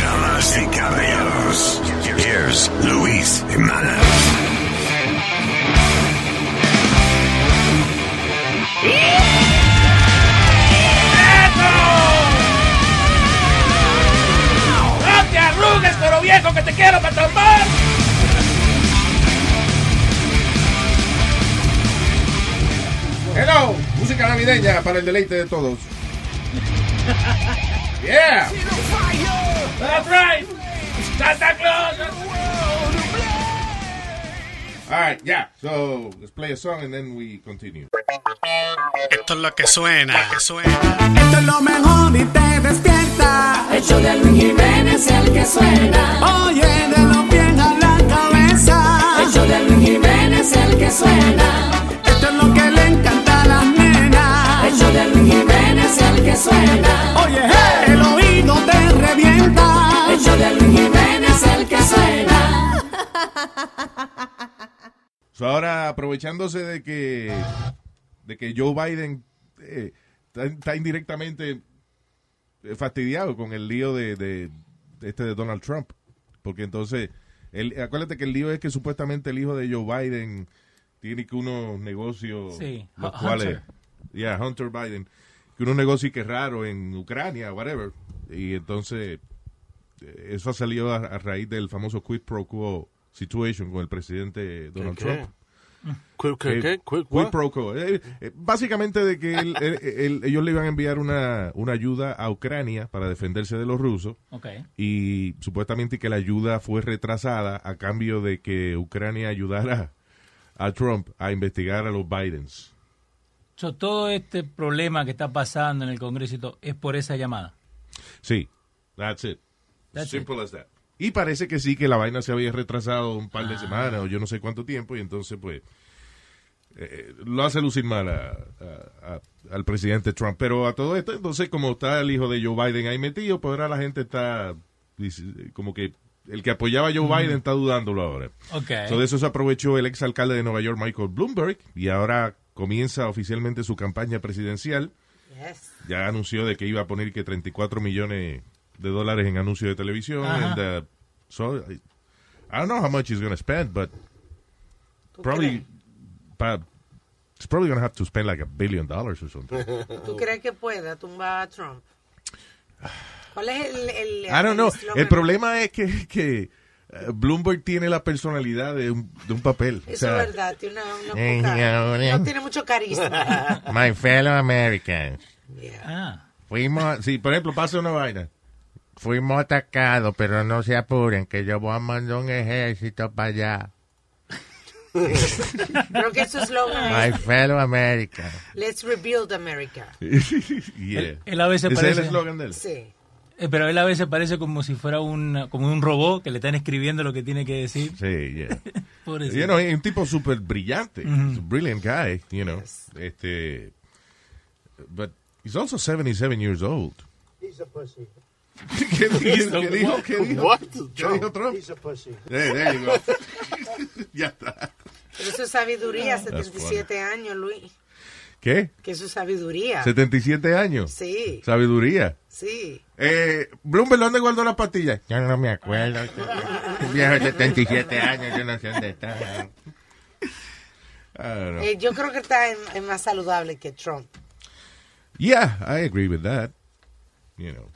Damas y caballeros, here's Luis Jiménez. ¡No te arrugues, pero viejo, que te quiero para tomar! Hello, música navideña para el deleite de todos. Yeah. That's right. Santa Claus. All right, yeah. So let's play a song and then we continue. Esto es lo que suena. Que suena. Esto es lo mejor y te despierta. El show de Luis Jiménez el que suena. Oye, de los pies a la cabeza. El show de Luis Jiménez el que suena. Esto es lo que le encanta a las nenas. El show de Luis Jiménez el que suena. Oye, hey. el oído te revienta. El show de Luis Jiménez el que suena. So ahora aprovechándose de que de que Joe Biden eh, está, está indirectamente eh, fastidiado con el lío de, de- de este de Donald Trump, porque entonces el, acuérdate que el lío es que supuestamente el hijo de Joe Biden tiene que unos negocios Sí, los Hu- cuales Hunter. yeah, Hunter Biden que unos negocios que raro en Ucrania whatever y entonces eh, eso ha salido a, a raíz del famoso quid pro quo situation con el presidente Donald ¿Qué? Trump ¿Qué, qué, eh, qué? ¿Qué, quid what? pro quo. Eh, eh, básicamente de que él- él- él- ellos le iban a enviar una, una ayuda a Ucrania para defenderse de los rusos. Ok. Y supuestamente que la ayuda fue retrasada a cambio de que Ucrania ayudara a Trump a investigar a los Bidens. So, todo este problema que está pasando en el Congreso y todo, es por esa llamada. Sí, that's it. That's Simple as that. Y parece que sí, que la vaina se había retrasado un par de semanas o yo no sé cuánto tiempo y entonces pues eh, lo hace lucir mal a- a- a- al presidente Trump. Pero a todo esto, entonces como está el hijo de Joe Biden ahí metido, pues ahora la gente está dice, como que el que apoyaba a Joe Mm. Biden está dudándolo ahora. Ok. So, de eso se aprovechó el exalcalde de Nueva York, Michael Bloomberg, y ahora comienza oficialmente su campaña presidencial. Ya anunció de que iba a poner que 34 millones de dólares en anuncios de televisión. Ajá. and, uh, so, I, I don't know how much he's going to spend, but probably, pa- he's probably going to have to spend like a billion dollars or something. ¿Tú crees que pueda tumbar a Trump? ¿Cuál es el, el, I don't know. eslogan? El problema es que, que eh, Bloomberg tiene la personalidad de un, de un papel. O Eso sea, es verdad, tiene una, una Eh, poca- ahora- no tiene mucho carisma. My fellow Americans. Ah. Fuimos, si por ejemplo pasa una vaina. Fuimos atacados, pero no se apuren, que yo voy a mandar un ejército para allá. Creo que su eslogan es fellow Americans. Let's rebuild America. Yeah. Él a veces Ese parece... es el eslogan de él. Sí. Eh, pero él a veces parece como si fuera un, como un robot que le están escribiendo lo que tiene que decir. Sí, eh. yeah. Pobrecito. You know, es un tipo súper brillante. Ujú. He's a brilliant guy, you know. Este, but he's also 77 years old. He's a pussy. ¿Qué dijo? ¿Qué dijo? ¿Qué dijo? What? ¿Qué dijo Trump? He's a pussy. There, there you go. ya está. Pero eso es sabiduría, That's 77 años, Luis. ¿Qué? Que eso es sabiduría. 77 años. Sí. Sabiduría. Sí. Eh, Bloomberg, ¿dónde guardó las pastillas? Yo no me acuerdo. Un viejo de 77 años, yo no sé dónde está. I don't know. Eh, yo creo que está en- en más saludable que Trump. Yeah, I agree with that. You know.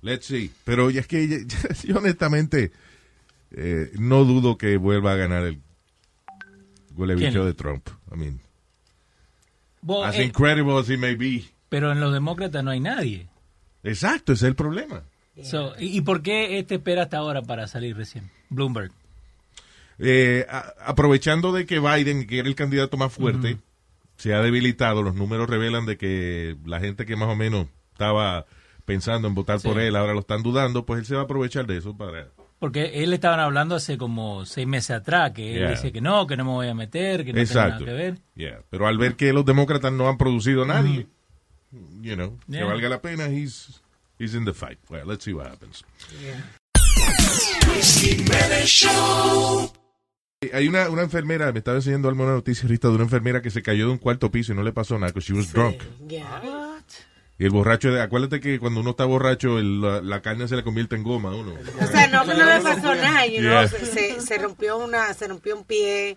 Let's see. Pero y es que ya- ya- yo honestamente eh, no dudo que vuelva a ganar el golebicho ¿Quién? de Trump. I mean, Bo- as eh, incredible as he may be. pero en los demócratas no hay nadie. Exacto, ese es el problema. So, ¿y, y por qué este espera hasta ahora para salir recién? Bloomberg. Eh, a- aprovechando de que Biden, que era el candidato más fuerte, Ujú. se ha debilitado, los números revelan de que la gente que más o menos estaba pensando en votar Sí. por él, ahora lo están dudando, pues él se va a aprovechar de eso para... Porque él estaban hablando hace como seis meses atrás, que él Yeah. dice que no, que no me voy a meter, que no Exacto. tengo nada que ver. Yeah. Pero al ver que los demócratas no han producido a nadie, you know, Yeah. que valga la pena, he's, he's in the fight. Well, let's see what happens. Eh, Hay una, una enfermera, me estaba enseñando alguna noticia ahorita de una enfermera que se cayó de un cuarto piso y no le pasó nada, because she was drunk. Yeah. Y el borracho, de- acuérdate que cuando uno está borracho, el- la, la carne se le convierte en goma a uno. O sea, no que no le pasó nada, you know, Yeah. se- se, se rompió una, se rompió un pie,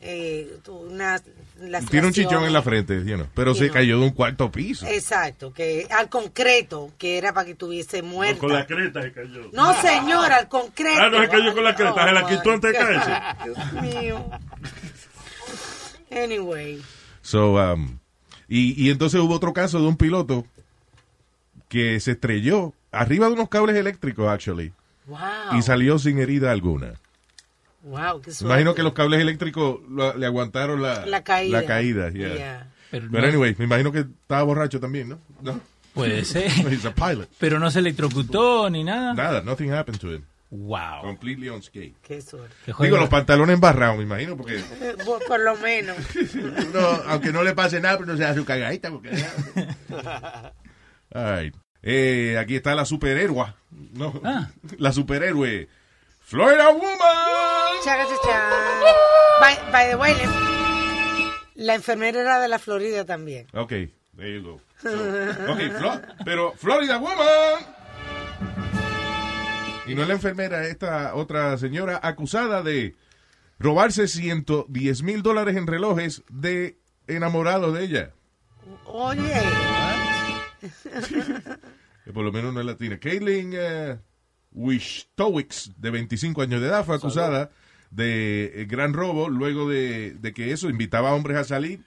eh, tu- una laceración. Tiene un chichón en la frente, you know, pero se Yeah. cayó de un cuarto piso. Exacto, que al concreto, que era para que estuviese muerta. Con la creta se cayó. No, señor, al concreto. Oh, Ah, no se cayó con la creta, se la quitó antes de caerse. Dios mío. Anyway. So, um, y, y entonces hubo otro caso de un piloto que se estrelló arriba de unos cables eléctricos, actually, Wow. y salió sin herida alguna. Wow, qué Me Imagino Oh. suerte. que los cables eléctricos lo- le aguantaron la, La caída. la caída, yeah. Yeah. Pero, Pero no- anyway, me imagino que estaba borracho también, ¿no? No. Puede ser. He's a pilot. Pero no se electrocutó ni nada. Nada, nothing happened to him. Wow. Completely unscathed. Qué suerte. Que juega- Digo, los pantalones embarrados, me imagino, porque Eh, Por, por lo menos. no, aunque no le pase nada, pero no se hace su cagadita. Porque... All right. Eh, aquí está la superhéroe. No, Ah. la superhéroe. Florida Woman. Chaca, cha, cha. By, by the way, le- la enfermera era de la Florida también. Ok, there you go. So, ok, Flo- pero Florida Woman. Y no es la enfermera, esta otra señora acusada de robarse 110 mil dólares en relojes de enamorado de ella. Oye, que por lo menos no es latina. Caitlin eh, Wishtowicz, de 25 años de edad, fue acusada de eh, gran robo luego de, de que eso invitaba a hombres a salir.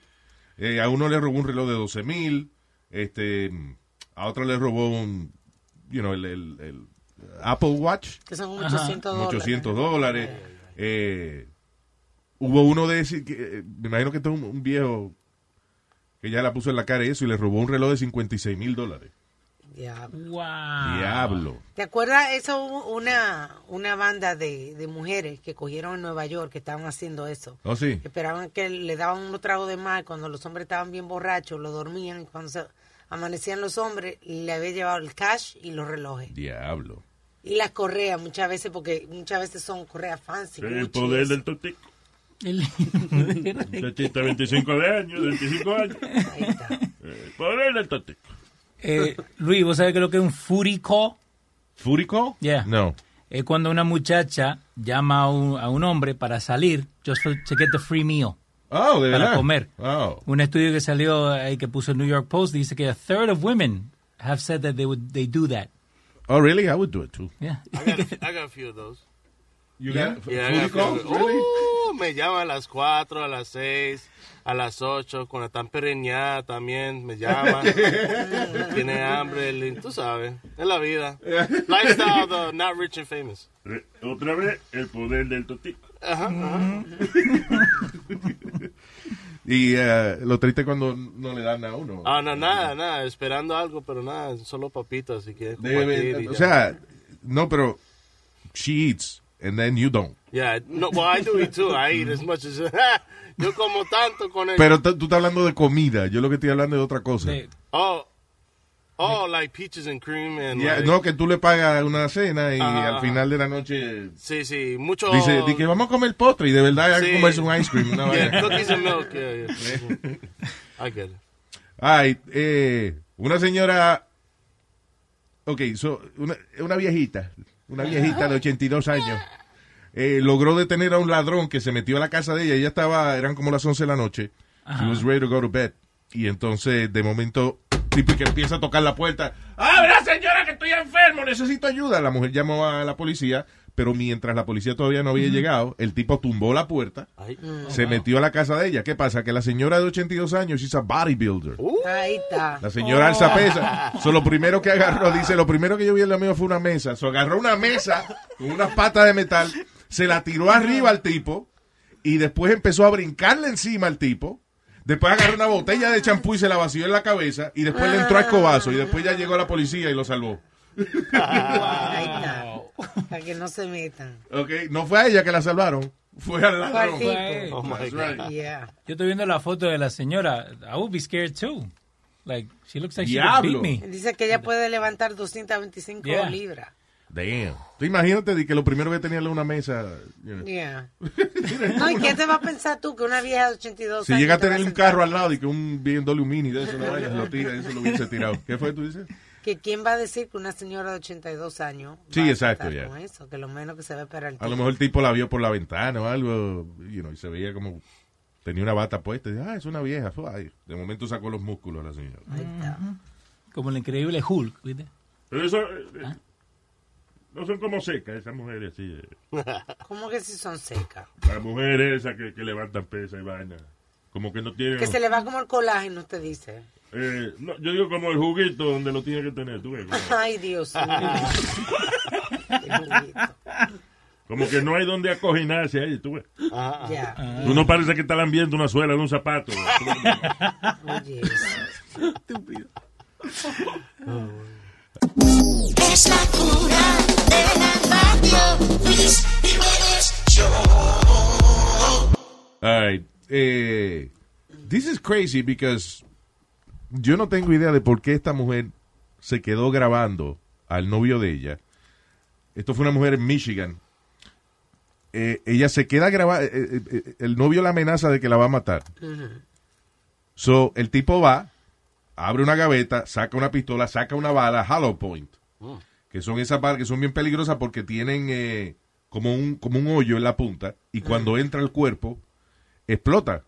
Eh, a uno le robó un reloj de 12 mil, este, a otro le robó un, you know, el, el- el Apple Watch, que son 800 como dólares. 800 dólares. Eh, hubo uno de ese, que, eh, me imagino que este es un, un viejo que ya la puso en la cara y eso y le robó un reloj de 56 mil dólares. Diablo. Wow. Diablo. ¿Te acuerdas? Eso hubo una, una banda de, de mujeres que cogieron en Nueva York que estaban haciendo eso. Oh, sí. Esperaban que le daban unos tragos de más. Cuando los hombres estaban bien borrachos, lo dormían. Y cuando se amanecían los hombres, le había llevado el cash y los relojes. Diablo. Y las correas muchas veces, porque muchas veces son correas fancy. El Gucci, pues. poder eso. del totico. El- Tachita 25 de años, 25 años. Ahí está. El poder del totico. Eh, Luis, ¿vos sabés qué es lo que es un furico? ¿Furico? Yeah. No. Es cuando una muchacha llama a un, a un hombre para salir, just for- to get the free meal. Oh, de Para verdad. comer. Oh. Un estudio que salió ahí que puso el New York Post dice que a third of women have said that they would they do that. Oh, really? I would do it too. Yeah. I got, I got a few of those. You got Yeah, I got a few Furico? of those. Uh, me llama a las 4, a las 6, a las 8, cuando están pereñadas también me llama. Tiene hambre, le- tú sabes, es la vida. Lifestyle, though, not rich and famous. Eh, Otra vez, el poder del totico. Mm-hmm. Y eh, lo triste es cuando no le dan a uno. Ah, no, nada, nada, esperando algo, pero nada, solo papitas, si quieres compartir Debe- y o ya. sea, no, pero she eats and then you don't. Yeah, no, well, I do it too. I eat as much as... Yo como tanto con el... Pero t- tú estás hablando de comida. Yo lo que estoy hablando es de otra cosa. De- Oh, oh, like peaches and cream and Ya, like- no, que tú le pagas una cena y Ajá, al ajá. final de la noche Sí, sí, mucho... dice, di que vamos a comer postre y de verdad hay que Sí. comerse un ice cream. una Yeah, vaina. cookies and milk. Yeah, yeah. I get it. Ay, eh, una señora. Ok, so, una, una viejita, una viejita de 82 años, eh, logró detener a un ladrón que se metió a la casa de ella. Ella estaba, eran como las 11 de la noche. She was ready to go to bed. Y entonces, de momento, tipo que empieza a tocar la puerta. ¡Abra, señora, que estoy enfermo! Necesito ayuda. La mujer llamó a la policía, pero mientras la policía todavía no había llegado, el tipo tumbó la puerta, Mm. se metió a la casa de ella. ¿Qué pasa? Que la señora de 82 años, she's a bodybuilder. Ahí está. Uh, La señora Oh. Oh. alza pesa. So, lo primero que agarró, dice, lo primero que yo vi en la mía fue una mesa. So, agarró una mesa con unas patas de metal, se la tiró arriba al tipo y después empezó a brincarle encima al tipo. Después agarró una botella de champú y se la vació en la cabeza. Y después le entró a escobazo. Y después ya llegó la policía y lo salvó. Ah. Ahí está. Para que no se metan. Ok, no fue a ella que la salvaron. Fue al Oh ladrón. Fue Oh, al tipo. That's right. Yeah. Yo estoy viendo la foto de la señora. I would be scared too. Like, she looks like she Diablo. could beat me. Dice que ella puede levantar 225 Yeah. libras. Damn. Tú imagínate de que lo primero que tenía era una mesa. you know. Yeah. No, ¿y qué te va a pensar tú que una vieja de 82 Si años llega a te va tener un sentar? carro al lado y que un BMW mini de eso, una vaina, lo tira, eso lo hubiese tirado. ¿Qué fue tú dices? Que quién va a decir que una señora de 82 años. Sí, va a exacto, estar ya. con eso, que lo menos que se va a esperar. el A lo tipo. mejor el tipo la vio por la ventana o algo, you know, y se veía como tenía una bata puesta. Y, ah, es una vieja. fue, ay. De momento sacó los músculos la señora. Como el increíble Hulk, ¿viste? Pero eso. eh, eh, No son como secas esas mujeres así. eh. ¿Cómo que si son secas? Las mujeres esas que, que levantan pesas y vaina. Como que no tienen. Que se le va como el colágeno, usted dice. eh, no, yo digo como el juguito donde lo tiene que tener, tú ves. Como, Ay, Dios mío. como que no hay donde acoginarse ahí, tú ves. Ya. Uno parece que están viendo una suela de un zapato. Oye, Estúpido. Es la cura de la radio. Luis Jiménez Show. All right. Eh, this is crazy because yo no tengo idea de por qué esta mujer se quedó grabando al novio de ella. Esto fue una mujer en Michigan. Eh, ella se queda grabando. eh, el novio la amenaza de que la va a matar. So, el tipo va, abre una gaveta, saca una pistola, saca una bala, hollow point. Que son esas balas que son bien peligrosas porque tienen eh, como, un, como un hoyo en la punta. Y cuando entra el cuerpo, explota.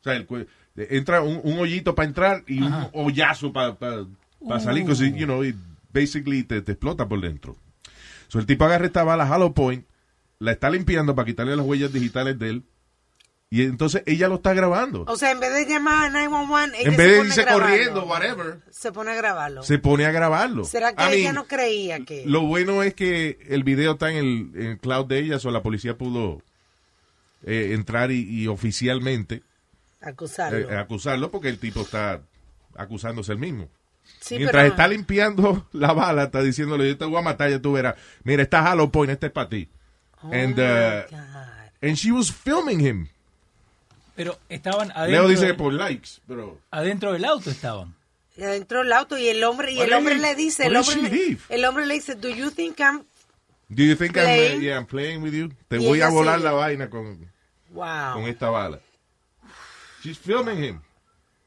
O sea, el cue- entra un, un hoyito para entrar y un hoyazo para salir. Uh. Cause it, you know, it basically te, te explota por dentro. So, el tipo agarra esta bala hollow point, la está limpiando para quitarle las huellas digitales de él. Y entonces ella lo está grabando. O sea, en vez de llamar a 911, ella En vez de irse se pone a grabarlo. corriendo, whatever. Se pone a grabarlo. Se pone a grabarlo. ¿Será que I ella mean, no creía que.? Lo bueno es que el video está en el, en el cloud de ella, o la policía pudo eh, entrar y, y oficialmente Acusarlo. eh, acusarlo porque el tipo está acusándose el mismo. Sí, Mientras pero- está limpiando la bala, está diciéndole, yo te voy a matar, ya tú verás. Mira, está hollow point, este es para ti. Oh and, uh, and she was filming him. Pero estaban adentro. Leo dice que del- por likes, pero... Adentro del auto estaban. Y adentro del auto y el hombre y What el hombre is- le dice what el is she hombre le, leave? el hombre le dice do you think I'm Do you think I'm, Playing. uh, yeah, I'm playing with you? Te Y voy a ella volar sigue. Ah. la vaina con... con wow esta bala. She's filming him.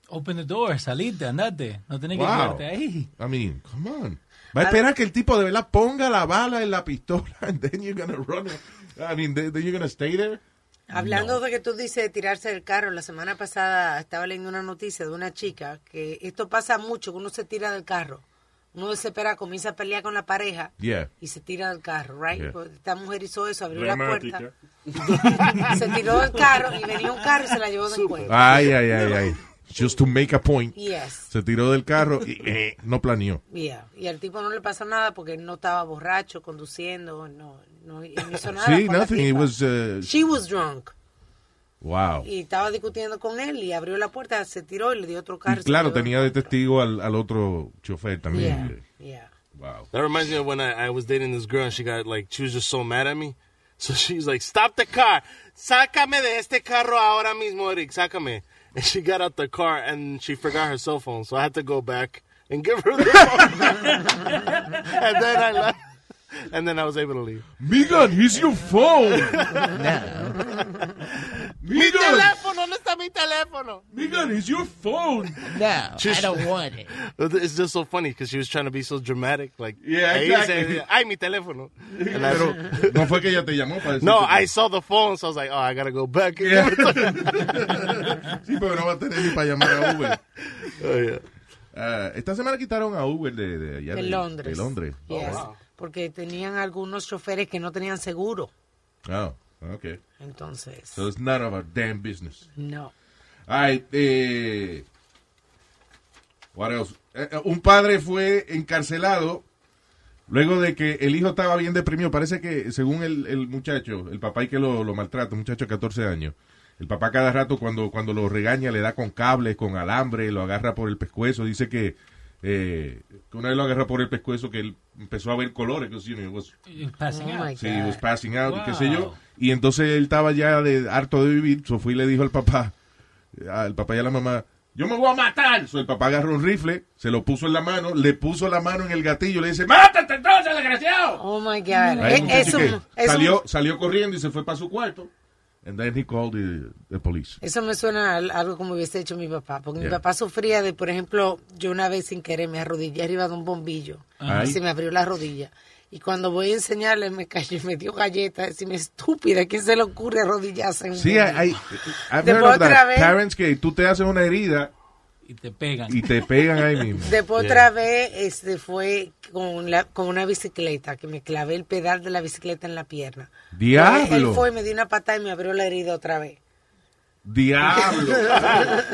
Open the door, salite, andate. No tenés que Wow. quedarte ahí. I mean, come on. Va a esperar que el tipo de verdad ponga la bala en la pistola and then you're gonna run. I mean, then then you're gonna stay there. hablando de que tú dices de tirarse del carro la semana pasada estaba leyendo una noticia de una chica que esto pasa mucho que uno se tira del carro uno desespera comienza a pelear con la pareja Yeah. y se tira del carro right Yeah. Pues esta mujer hizo eso abrió Dramática. la puerta se tiró del carro y venía un carro y se la llevó de encuentro Ay, ay, ay, ay. Just to make a point. Yes. Se tiró del carro y eh, no planeó. Yeah. Y al tipo no le pasó nada porque él no estaba borracho, conduciendo, no, no, él no hizo nada. Sí, con la nothing. It tipa. was, uh, She was drunk. wow. Y estaba discutiendo con él y abrió la puerta, se tiró y le dio otro carro. Y claro, tenía de testigo al, al otro chofer también. Yeah. Wow. That reminds me of when I, I was dating this girl and she got like, she was just so mad at me. So she's like, stop the car. Sácame de este carro ahora mismo, Eric. Sácame. And she got out the car and she forgot her cell phone. So I had to go back and give her the phone. and then I left. And then I was able to leave. Megan, here's your phone. Mi Megan, teléfono, no está mi teléfono. Megan, here's your phone. No, I don't want it. It's just so funny because she was trying to be so dramatic. Like, Yeah, "Ahí se- exactly. Ay, mi teléfono. And I- Pero no fue que ella te llamó para decirte No, que- I saw the phone, so I was like, oh, I gotta go back. sí, pero no va a tener ni para llamar a Uber. Ah, esta semana quitaron a Uber de, de allá De de- Londres. de Londres. Yes. Oh, Porque tenían algunos choferes que no tenían seguro. wow. Oh, okay. Entonces, So it's none of our damn business. no. All right, eh, what else? Eh, eh, un padre fue encarcelado luego de que el hijo estaba bien deprimido. Parece que, según el, el muchacho, el papá y que lo, lo maltrata, un muchacho de 14 años, El papá cada rato cuando, cuando lo regaña le da con cables, con alambre, lo agarra por el pescuezo. Dice que, eh, que una vez lo agarra por el pescuezo que él empezó a ver colores. Que, you know, it was- Passing Oh, out. my Sí, he was passing out, y qué Wow. sé yo. Y entonces él estaba ya de, harto de vivir, so fue y le dijo al papá, al papá y a la mamá, yo me voy a matar. So el papá agarró un rifle, se lo puso en la mano, le puso la mano en el gatillo, le dice, ¡Mata! ¡Mátate entonces, desgraciado! Oh my God. Hay Eh, un Es, muchacho un- que es un- salió, salió corriendo y se fue para su cuarto. And then he called the, the police. Eso me suena a algo como hubiese hecho mi papá, porque mi Yeah. papá sufría de, por ejemplo, yo una vez sin querer me arrodillé arriba de un bombillo Ay. y se me abrió la rodilla. Y cuando voy a enseñarle me cayó, me dio galleta, decirme estúpida, ¿a quién se le ocurre arrodillarse? en un Sí, bombillo?" hay, hay- I've heard Después of that. otra vez. Parents que tú te haces una herida Y te pegan. y te pegan ahí mismo. Después otra vez este, fue con, la, con una bicicleta, que me clavé el pedal de la bicicleta en la pierna. Diablo. Él fue y me dio una patada y me abrió la herida otra vez. Ah. Diablo.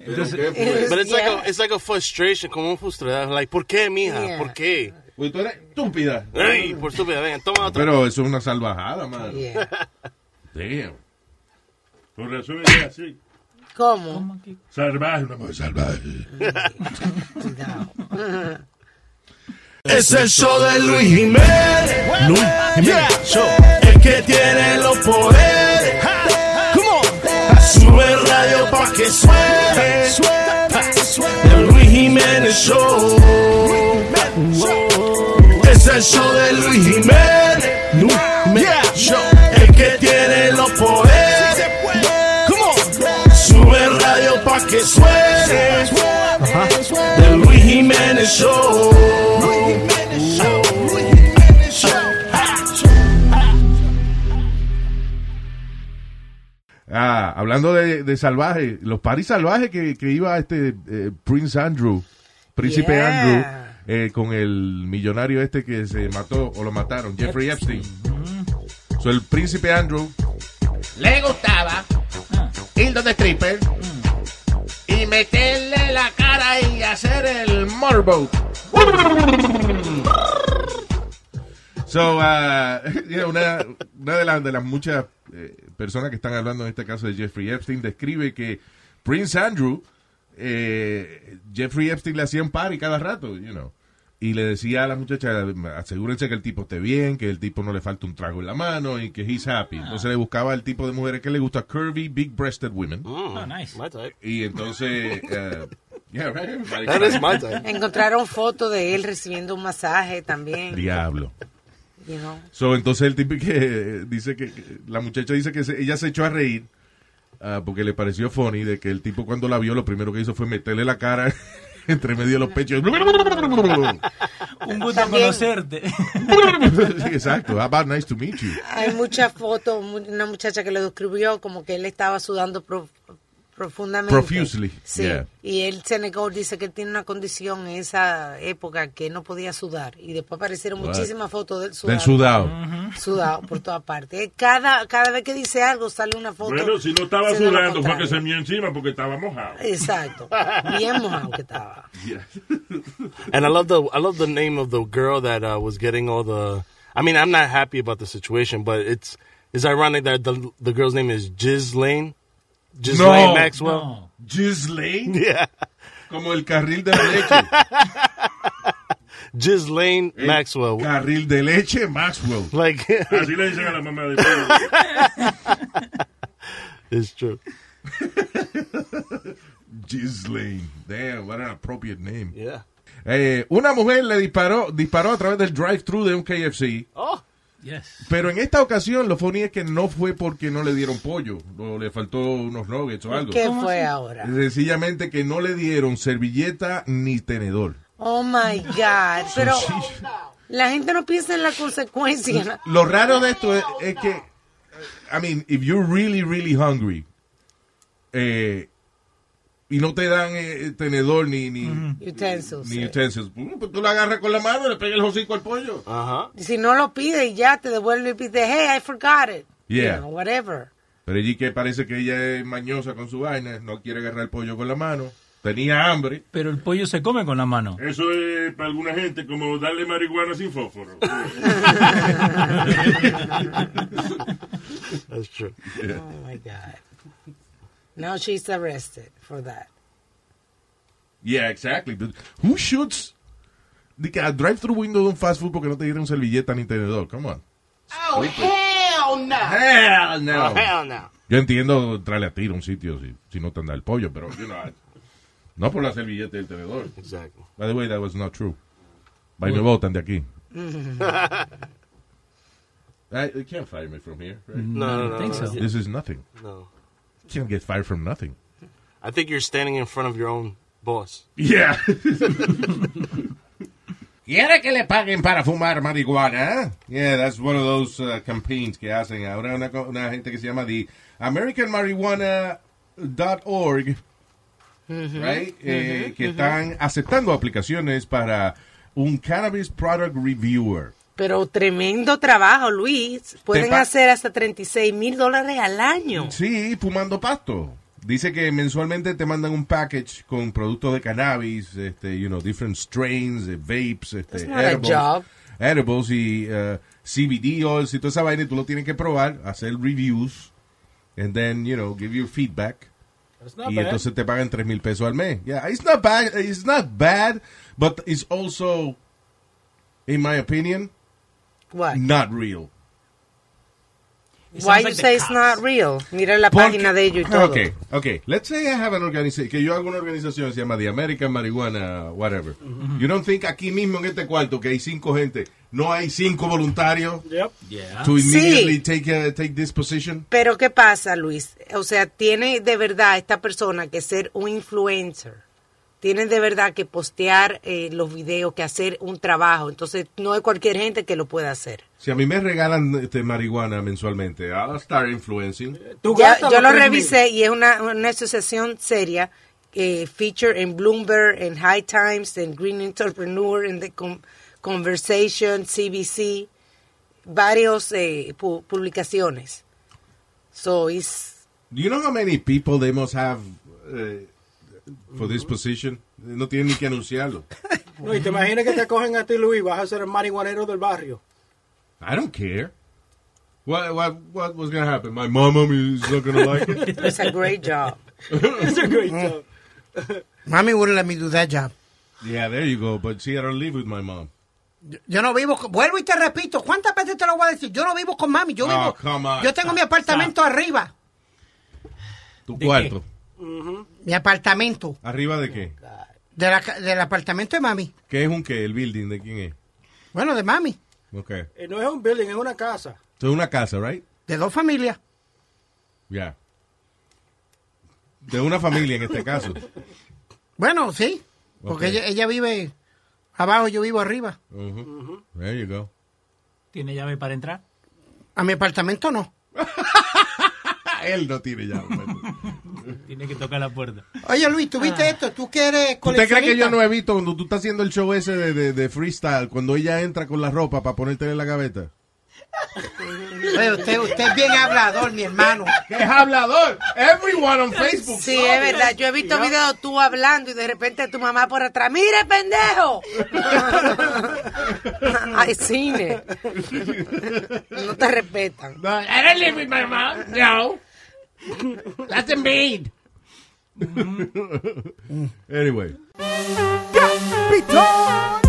Entonces- But it's like Yeah. a, it's like a frustration, como un frustrado. Like, ¿por qué, mija? Yeah. ¿Por qué? Pues tú eres estúpida. Ey, por estúpida, venga, toma otra. Pero eso es una salvajada, man. Yeah. Damn. Por razón es así. ¿Cómo? Salvaje, una mujer salvaje. Es el show de Luis Jiménez. Luis Jiménez Show. El que tiene los poderes. Come on. Sube el radio pa' que suene. El Luis Jiménez Show. Es el show de Luis Jiménez. Luis Jiménez Show. El que tiene los poderes. Come on. Sube el radio pa' que suene. El Luis Jiménez Show. Ah, hablando de, de salvaje, los paris salvajes que, que iba este eh, Prince Andrew, Príncipe Yeah. Andrew, eh, con el millonario este que se mató o lo mataron, Jeffrey Epstein. So, el Príncipe Andrew, Le gustaba ir donde stripper y meterle la cara y hacer el morbo. so, ah, yeah, una, una de, las, de las muchas eh, personas que están hablando en este caso de Jeffrey Epstein describe que Prince Andrew, eh, Jeffrey Epstein le hacía un party cada rato, you know. Y le decía a la muchacha, asegúrense que el tipo esté bien, que el tipo no le falta un trago en la mano y que he's happy. Entonces le buscaba el tipo de mujeres que le gusta, curvy, big-breasted women. Ah, Oh, nice. My type. Y entonces, eh, Mm. yeah, right, everybody- That is my eh. type. Encontraron fotos de él recibiendo un masaje también. Diablo. you know. So, entonces el tipo que dice que, que la muchacha dice que se- ella se echó a reír ah, porque le pareció funny de que el tipo cuando la vio lo primero que hizo fue meterle la cara entre medio de los pechos. Un gusto También. conocerte. Sí, Exacto. How about nice to meet you? Hay muchas fotos, mu- una muchacha que lo describió como que él estaba sudando pro- profundamente. Profusely, Sí. yeah. Y él se negó, dice que él tiene una condición en esa época que él no podía sudar. Y después aparecieron What? muchísimas fotos del sudado. Del sudado. Sudado por todas partes. Eh, Cada, cada vez que dice algo sale una foto. Bueno, si no estaba diciendo lo sudando, fue contrario. que se mió encima porque estaba mojado. Exacto. Bien mojado que estaba. And I love the I love the name of the girl that uh, was getting all the. I mean, I'm not happy about the situation, but it's it's ironic that the the girl's name is Jiz Lane, Jiz No. Lane Maxwell. Ghislaine. Yeah, Como el carril de leche. Jiz Lane El Maxwell. Eh, Carril de leche Maxwell. Like Así le dicen a la mamá de Pedro. it's true. Ghislaine. Damn, what an appropriate name. Yeah. Eh, una mujer le disparó, disparó a través del drive-thru de un KFC. Oh, Yes. Pero en esta ocasión lo funny es que no fue porque no le dieron pollo o le faltó unos nuggets o algo. ¿Qué fue ahora? Sencillamente que no le dieron servilleta ni tenedor. Oh my God. Pero la gente no piensa en la consecuencia. ¿no? Lo raro de esto es, es que, I mean, if you're really, really hungry eh, y no te dan eh, tenedor ni, ni, Utensils. ni utensils, pues tú lo agarras con la mano y le pegas el hocico al pollo. uh huh. Si no lo pide y ya te devuelve y pide, hey, I forgot it. Yeah. You know, whatever. Pero allí que parece que ella es mañosa con su vaina, no quiere agarrar el pollo con la mano, tenía hambre. Pero el pollo se come con la mano. Eso es para alguna gente como darle marihuana sin fósforo. That's true. Oh my God. Now she's arrested for that. Yeah, exactly. But who shoots the drive-through window de un fast food porque no te dieron servilleta ni tenedor? Come on. Oh, hell no. Hell no. Oh, hell no. Yo entiendo entrarle a tiro a un sitio si, si no te anda el pollo, pero you know, I- no por la servilleta y el tenedor. Exacto. By the way, that was not true. By the votan de aquí. I, you can't fire me from here. Right? No, I don't no, think no, so. no. This is nothing. No. You can't get fired from nothing. I think you're standing in front of your own boss. Yeah. ¿Quiere que le paguen para fumar marihuana? eh? Yeah, that's one of those uh, campaigns que hacen ahora una, co- una gente que se llama the AmericanMarijuana.org, right? Eh, que están aceptando aplicaciones para un Cannabis Product Reviewer. Pero tremendo trabajo, Luis. Pueden pa- hacer hasta 36 mil dólares al año. Sí, fumando pasto. Dice que mensualmente te mandan un package con productos de cannabis, este, you know, different strains, eh, vapes, este, That's not a job. edibles y eh, CBD oils y toda esa vaina y tú lo tienes que probar, hacer reviews, and then, you know, give your feedback. Y entonces te pagan 3 mil pesos al mes. Yeah, it's not bad, it's not bad, but it's also, in my opinion, What? not real. Why you say it's not real? Mira la página de Ah, ellos y todo. Okay, okay. Let's say I have an organization, que yo hago una organización que se llama The American Marijuana whatever. You don't think aquí mismo en este cuarto que hay cinco gente, no hay cinco voluntarios Yep. to Sí. immediately take a- take this position. Pero ¿qué pasa, Luis? O sea, tiene de verdad esta persona que ser un influencer. Tiene de verdad que postear eh, los videos, que hacer un trabajo. Entonces, no es cualquier gente que lo pueda hacer. Si a mí me regalan este, marihuana mensualmente, I'll start influencing. Ya- yo lo revisé y es una, una asociación seria que feature en Bloomberg, en High Times, en Green Entrepreneur, en The Con- Conversation, CBC, varios eh, pu- publicaciones. So, it's- Do you know how many people they must have eh, for this position? No tienen ni que anunciarlo. No, y te imaginas que te cogen a ti, Luis, vas a ser el marihuanero del barrio. I don't care. What what what was gonna happen? My mama is not gonna like it. Pues it's a great job. It's a great job. Mami wouldn't let me do that job. Yeah, there you go. But see, I don't live with my mom. Yo no vivo, con- vuelvo y te repito, ¿cuántas veces te lo voy a decir? Yo no vivo con mami, yo Oh, vivo, come on. Ah, yo tengo mi apartamento arriba, Tu cuarto. mi apartamento, ¿Arriba de qué? de la ca- del apartamento de mami, ¿Qué es un qué? ¿El building de quién es? bueno, de mami, Ok. Eh, No es un building, es una casa. Esto es una casa, right? de dos familias. Yeah. De una familia en este caso. Bueno, sí, porque Ok. ella, ella vive abajo, yo vivo arriba. Ujú. Uh-huh. There you go. ¿Tiene llave para entrar? A mi apartamento no. Ah, Él no tiene llave. Tiene que tocar la puerta. Oye, Luis, ¿tú Ah. viste esto? ¿Tú que eres ¿Usted cree que coleccionista? yo no he visto cuando tú estás haciendo el show ese de, de- de freestyle, cuando ella entra con la ropa para ponerte en la gaveta? Oye, usted, usted es bien hablador, mi hermano. es hablador? Everyone on Facebook. Sí, es verdad. Yo he visto videos tú hablando y de repente tu mamá por atrás, ¡mire, pendejo! Ay, cine. No te respetan. I don't live with my mom. No. That's a maid. Uh-huh. Anyway. Capitán.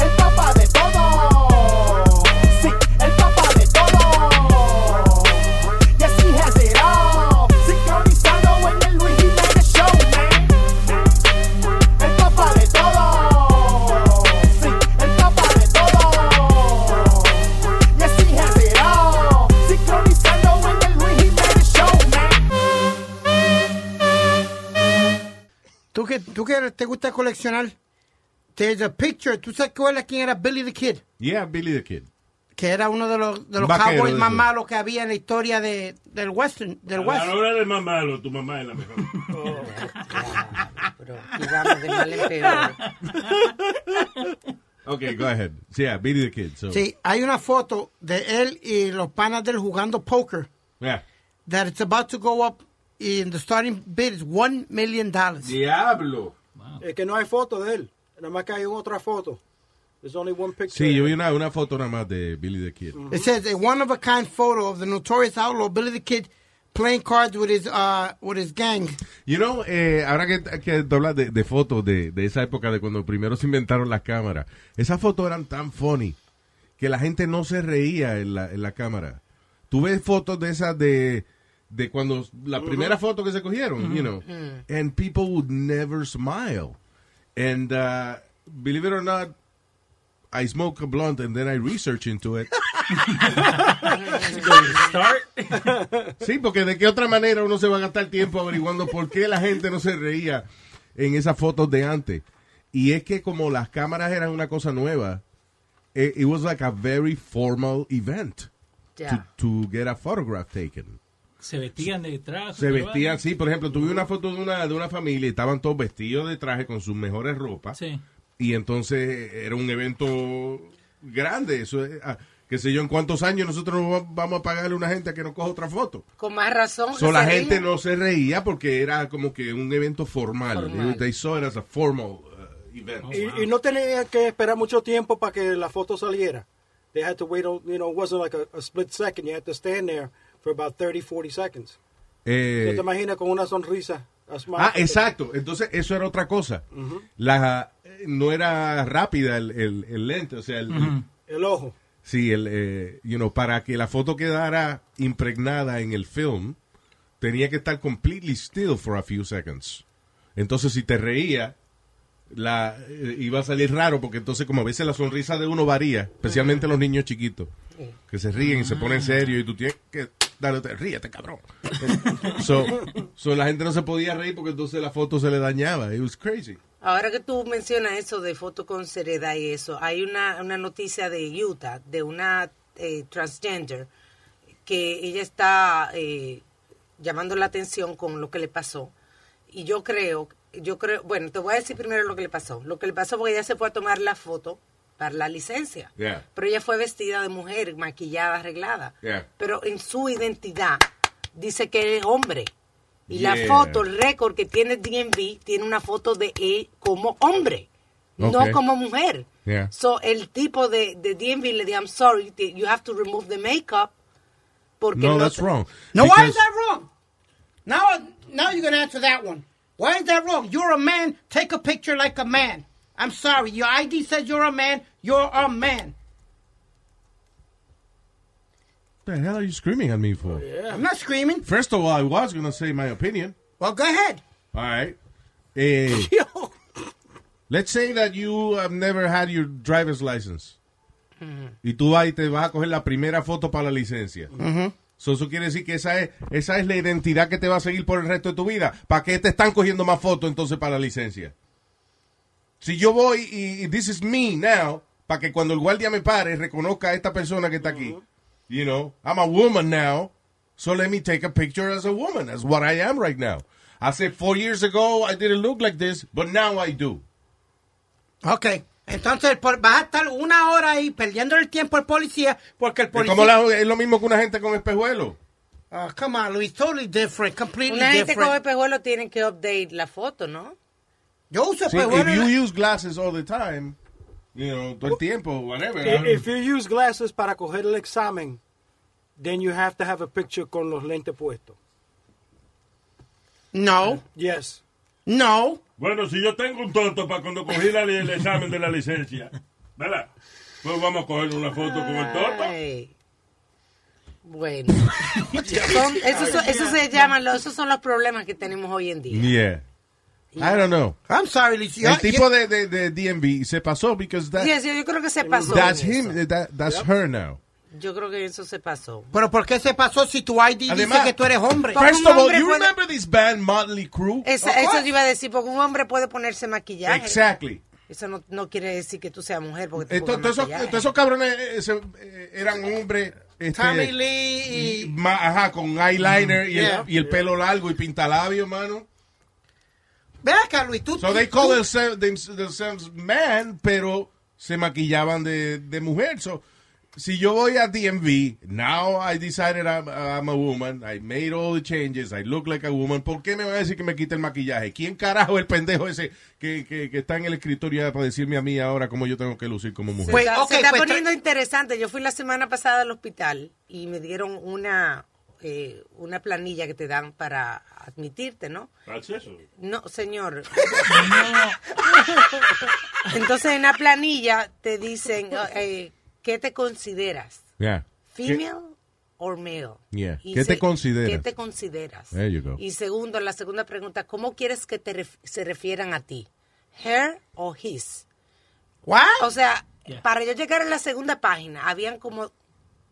El papá de todo. Sí, el papá de todo. Yes, he has it all. Sincronizando en el Luis Jiménez Show, man. El papá de todo. Sí, el papá de todo. Yes, he has it all. Sincronizando en el Luis Jiménez Show, man. ¿Tú que, tú que te gusta coleccionar? There's a picture. ¿Tú sabes cuál era quién era Billy the Kid? Yeah, Billy the Kid. Que era uno de los, de los Vaquero cowboys de más esos. malos que había en la historia de, del western. Del A west. la hora de más malo, tu mamá es la mejor. Y vamos Oh. de mal en peor. Okay, go ahead. Yeah, Billy the Kid. So. Sí, hay una foto de él y los panas del jugando poker. Yeah. That it's about to go up in the starting bid is one million dollars. Diablo. Es que no hay foto de él. Nada más que hay otra foto. There's only one picture. Sí, yo vi una, una foto nada más de Billy the Kid. It says a one of a kind photo of the notorious outlaw Billy the Kid playing cards with his uh with his gang. You know, eh, ahora que, que tú hablas de, de fotos de, de esa época de cuando primero se inventaron las cámaras, esas fotos eran tan funny que la gente no se reía en la, en la cámara. Tú ves fotos de esas de, de cuando la primera foto que se cogieron, you know, and people would never smile. And uh, believe it or not, I smoke a blunt and then I research into it. Sí, porque de qué otra manera uno se va a gastar tiempo averiguando por qué la gente no se reía en esas fotos de antes. Y es que como las cámaras eran una cosa nueva, eh, it was like a very formal event Ya. to, to get a photograph taken. Se vestían de traje. Se pero vestían, bueno. sí, por ejemplo, tuve una foto de una, de una familia y estaban todos vestidos de traje con sus mejores ropas. Sí. Y entonces era un evento grande. Eso es, ah, qué sé yo, en cuántos años nosotros no va- vamos a pagarle a una gente a que nos coja otra foto. Con más razón. So, la se ríe. gente no se reía porque era como que un evento formal. Formal. They saw it as a formal uh, event. y, y no tenían que esperar mucho tiempo para que la foto saliera. They had to wait, you know, it wasn't like a, a split second. You had to stand there for about 30, 40 seconds. Eh, ¿No te imaginas con una sonrisa? a smile? ah, exacto. Entonces, eso era otra cosa. Ujú. La, eh, no era rápida el, el- el lente, o sea, el, el- El ojo. sí, el, eh, you know, para que la foto quedara impregnada en el film, tenía que estar completely still for a few seconds. Entonces, si te reía, la, eh, iba a salir raro, porque entonces, como a veces la sonrisa de uno varía, especialmente los niños chiquitos, que se ríen y se ponen serios, y tú tienes que darle, otra- ríete, cabrón. so, so, la gente no se podía reír porque entonces la foto se le dañaba. It was crazy. Ahora que tú mencionas eso de foto con seriedad y eso, hay una, una noticia de Utah, de una eh, transgender, que ella está eh, llamando la atención con lo que le pasó. Y yo creo, yo creo, bueno, te voy a decir primero lo que le pasó. Lo que le pasó porque ella se fue a tomar la foto para la licencia. Yeah. Pero ella fue vestida de mujer, maquillada, arreglada. Yeah. Pero en su identidad dice que es hombre. Y la Yeah. foto, el récord que tiene DMV, tiene una foto de él como hombre, Ok. no como mujer. Yeah. So, el tipo de, de DMV le dijo, I'm sorry, you have to remove the makeup. Porque No, no that's se- wrong. Now, why Because- is that wrong? Now, now you're gonna answer that one. Why is that wrong? You're a man. Take a picture like a man. I'm sorry. Your ID says you're a man. You're a man. What the hell are you screaming at me for? I'm not screaming. First of all, I was going to say my opinion. Well, go ahead. All right. Eh, let's say that you have never had your driver's license. Y tú vas y te vas a coger la primera foto para la licencia. So, eso quiere decir que esa es, esa es la identidad que te va a seguir por el resto de tu vida. ¿Para qué te están cogiendo más fotos entonces para la licencia? Si yo voy y, y this is me now, para que cuando el guardia me pare reconozca a esta persona que está aquí. You know, I'm a woman now, so let me take a picture as a woman. That's what I am right now. I said four years ago I didn't look like this, but now I do. Okay. Entonces por- vas a estar una hora ahí perdiendo el tiempo al policía porque el Es policía. como la- es lo mismo que una gente con espejuelo. Oh, come on, Luis. Totally different. Completely Una gente different. con espejuelo tiene que update la foto, ¿no? Yo uso Sí, if you use glasses all the time, you know, todo el tiempo, whatever. I- If you use glasses para coger el examen, then you have to have a picture con los lentes puestos. No. Yes. No. Bueno, si yo tengo un tonto para cuando cogí la li- el examen de la licencia, ¿verdad? Pues vamos a coger una foto con el tonto. Bueno. Son- esos, son- esos se llaman, los- esos son los problemas que tenemos hoy en día. Yeah. I don't know. I'm sorry, Luis. El tipo de, de, de DMV se pasó because that, Sí, sí, yo creo que se pasó. that's en him, that- that's her now. eso. Yo creo que eso se pasó. Pero ¿por qué se pasó si tu ID Además- dice que tú eres hombre? First of all, you remember this band Motley Crue? Esa- Of eso course. yo iba a decir, porque un hombre puede ponerse maquillaje. Exactly. Eso no, no quiere decir que tú seas mujer. Porque te Entonces, pongas todos esos- maquillaje. todos esos cabrones eh, se- eh, eran hombres. este, Tommy Lee y- ma- ajá, con eyeliner y, el- Yeah. y el, pelo largo y pintalabio, mano. Ve acá, Luis, tú. So they tú- call themselves, themselves man, pero se maquillaban de, de mujer. So, si yo voy a DMV, now I decided I'm, I'm a woman, I made all the changes, I look like a woman, ¿por qué me van a decir que me quite el maquillaje? ¿Quién carajo es el pendejo ese que, que, que está en el escritorio para decirme a mí ahora cómo yo tengo que lucir como mujer? Pues, se está poniendo interesante. Yo fui la semana pasada al hospital y me dieron una eh, una planilla que te dan para admitirte, ¿no? Acceso. No, señor. Entonces en la planilla te dicen eh, qué te consideras, Yeah. female or male. Yeah. Y ¿Qué te se- consideras? ¿Qué te consideras? There you go. Y segundo, la segunda pregunta, ¿cómo quieres que te ref- se refieran a ti? ¿Her o his? What? O sea, Yeah. para yo llegar a la segunda página, habían como,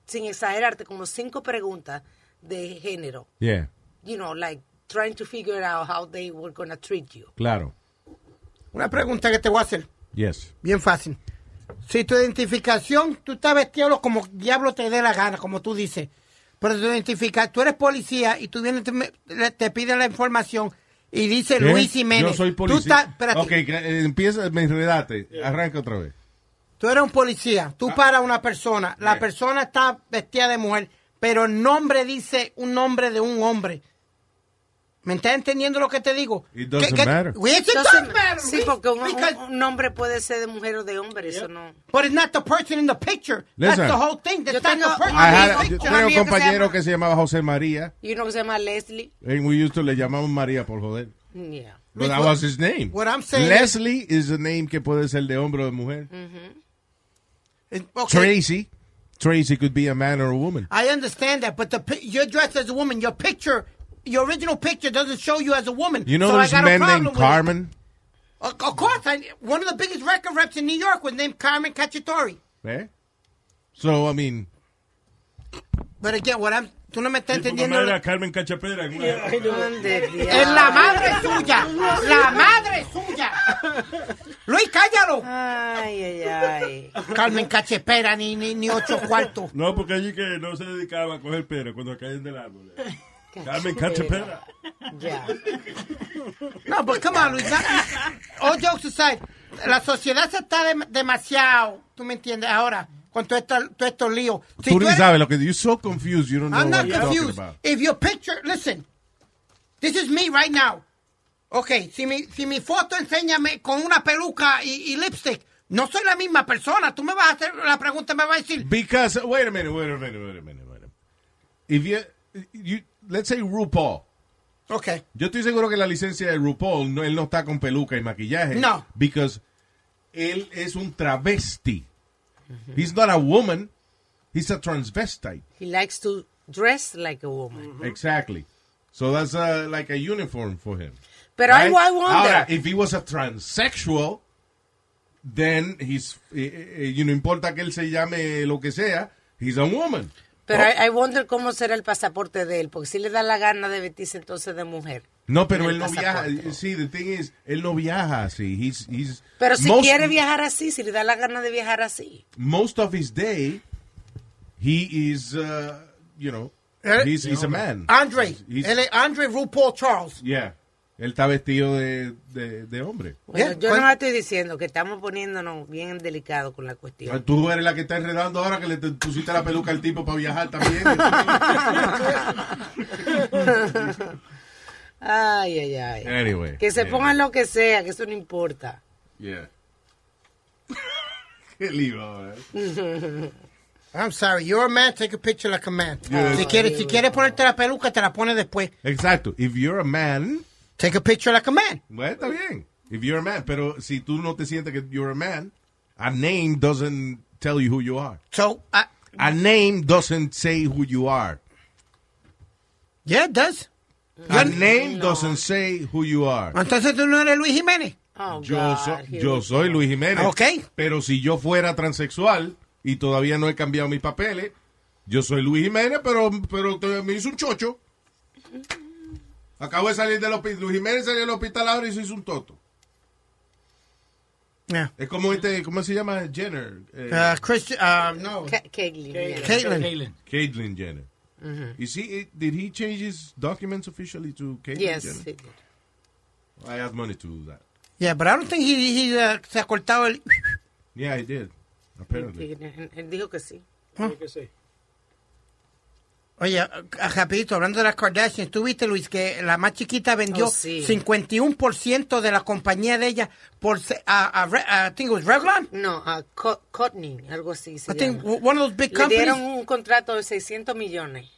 sin exagerarte, como cinco preguntas de género. Yeah, You know, like trying to figure out how they were going to treat you. claro. Una pregunta que te voy a hacer. Yes. Bien fácil. Si tu identificación, tú estás vestido como diablo te dé la gana, como tú dices, pero tu identifica, tú eres policía y tú vienes, te, me- le- te piden la información y dice ¿Qué? Este Luis Jiménez. Yo soy Tú, estás- policía. espérate, ok, que- eh, empieza, me enredate. Arranca otra vez. tú eres un policía, Ah. tú paras a una persona, la persona está vestida de mujer, pero el nombre dice un nombre de un hombre. ¿Me estás entendiendo lo que te digo? It ¿Qué- doesn't qué- matter. Yes, it Entonces, does matter. Sí, porque un, Because- un- un hombre puede ser de mujer o de hombre, eso no. But it's not the person in the picture. Listen. That's the whole thing. That's not the I person had- in the yo picture. tenía un compañero que se llamaba José María. Y uno que se llama Leslie. And we used to le llamamos María por joder. Yeah. But that was his name. What I'm saying- Leslie is a name que puede ser de hombre o de mujer. Mm-hmm. It- okay, Tracy. Tracy could be a man or a woman. I understand that, but the pi- you're dressed as a woman. Your picture, your original picture doesn't show you as a woman. You know Ah, so I there's got a men problem named with it. Carmen? Of, of course, I, one of the biggest record reps in New York was named Carmen Cacciatore. Eh? So, I mean, But again, what I'm, tú no me estás Porque entendiendo. madre era Carmen Cachapera. en una- Es la madre suya, la madre suya. Luis, cállalo. Ay, ay, ay. Carmen Cachepera, ni, ni, ni ocho cuartos. No, porque allí que no se dedicaba a coger pera cuando caían del árbol. Carmen Cachapera. Ya. No, but come on, Luis. that- all jokes aside, la sociedad se está dem- demasiado, tú me entiendes, ahora, con todos estos todo estos líos. Si tú tú ni eres- sabes lo que... You're so confused, you don't know I'm what not you're talking confused. about. If your picture, listen, this is me right now. Okay, si mi, si mi foto enséñame con una peluca y, y lipstick, no soy la misma persona. Tú me vas a hacer la pregunta, me vas a decir, Because wait a minute, wait a minute, wait a minute, wait a minute. If you you let's say RuPaul. Okay. Yo estoy seguro que la licencia de RuPaul no él no está con peluca y maquillaje. No. Because él es un travesti. He's not a woman. He's a transvestite. He likes to dress like a woman. Exactly. So that's uh, like a uniform for him. Pero Right? algo I wonder. Ahora, if he was a transsexual, then he's eh, eh, you know, importa que él se llame lo que sea, he's a woman. Pero Oh. I, I wonder cómo será el pasaporte de él, porque si le da la gana de vestirse entonces de mujer. No, pero En el él no viaja. pasaporte. Sí, the thing is, él no viaja así. He's, he's- Pero si most, quiere viajar así, si le da la gana de viajar así. Most of his day, he is, uh, you know, he's, he's a man. Andre, He's- él es Andre RuPaul Charles. Yeah. Él está vestido de, de, de hombre. Bueno, Yeah, yo pues- no estoy diciendo que estamos poniéndonos bien delicados con la cuestión. Ah, Tú eres la que está enredando ahora que le te- pusiste la peluca al tipo para viajar también. Ay, ay, ay. Anyway, que se yeah. pongan lo que sea, que eso no importa. yeah. Qué libro, eh. I'm sorry, you're a man, take a picture like a man. Yeah. Si quieres si quieres ponerte la peluca, te la pones después. Exacto. If you're a man, take a picture like a man. Bueno, está bien. If you're a man, pero si tú no te sientes que you're a man, a name doesn't tell you who you are. So, I- a name doesn't say who you are. Yeah, it does. A name doesn't say who you are. Entonces tú no eres Luis Jiménez. Oh, Yo, so- yo soy Luis Jiménez. Ok. Pero si yo fuera transexual y todavía no he cambiado mis papeles, yo soy Luis Jiménez, pero, pero te- me hizo un chocho. Acabo de salir del hospital. Luis Jiménez salió del hospital ahora y se hizo un toto. Yeah. Es como este, ¿cómo se llama? Jenner. eh, Uh, Christian, uh, no. Ca- Caitlyn, Mm-hmm. yeah. Caitlyn. Caitlyn Jenner. Is he, it- did he change his documents officially to Caitlyn Yes. Jenner? I have money to do that. Yeah, but I don't think he, he uh, se ha cortado el... Yeah, I did. Apparently. Él dijo que sí. Tiene que ser. Oye, a- a- rapidito, hablando de las Kardashians, ¿tú viste, Luis, que la más chiquita vendió Oh, sí. 51% de la compañía de ella por se- a, a, Re- a- I think it was Revlon? No, a Co- Cotney, algo así. se I think llama. one of those big Le dieron companies, un contrato de 600 millones.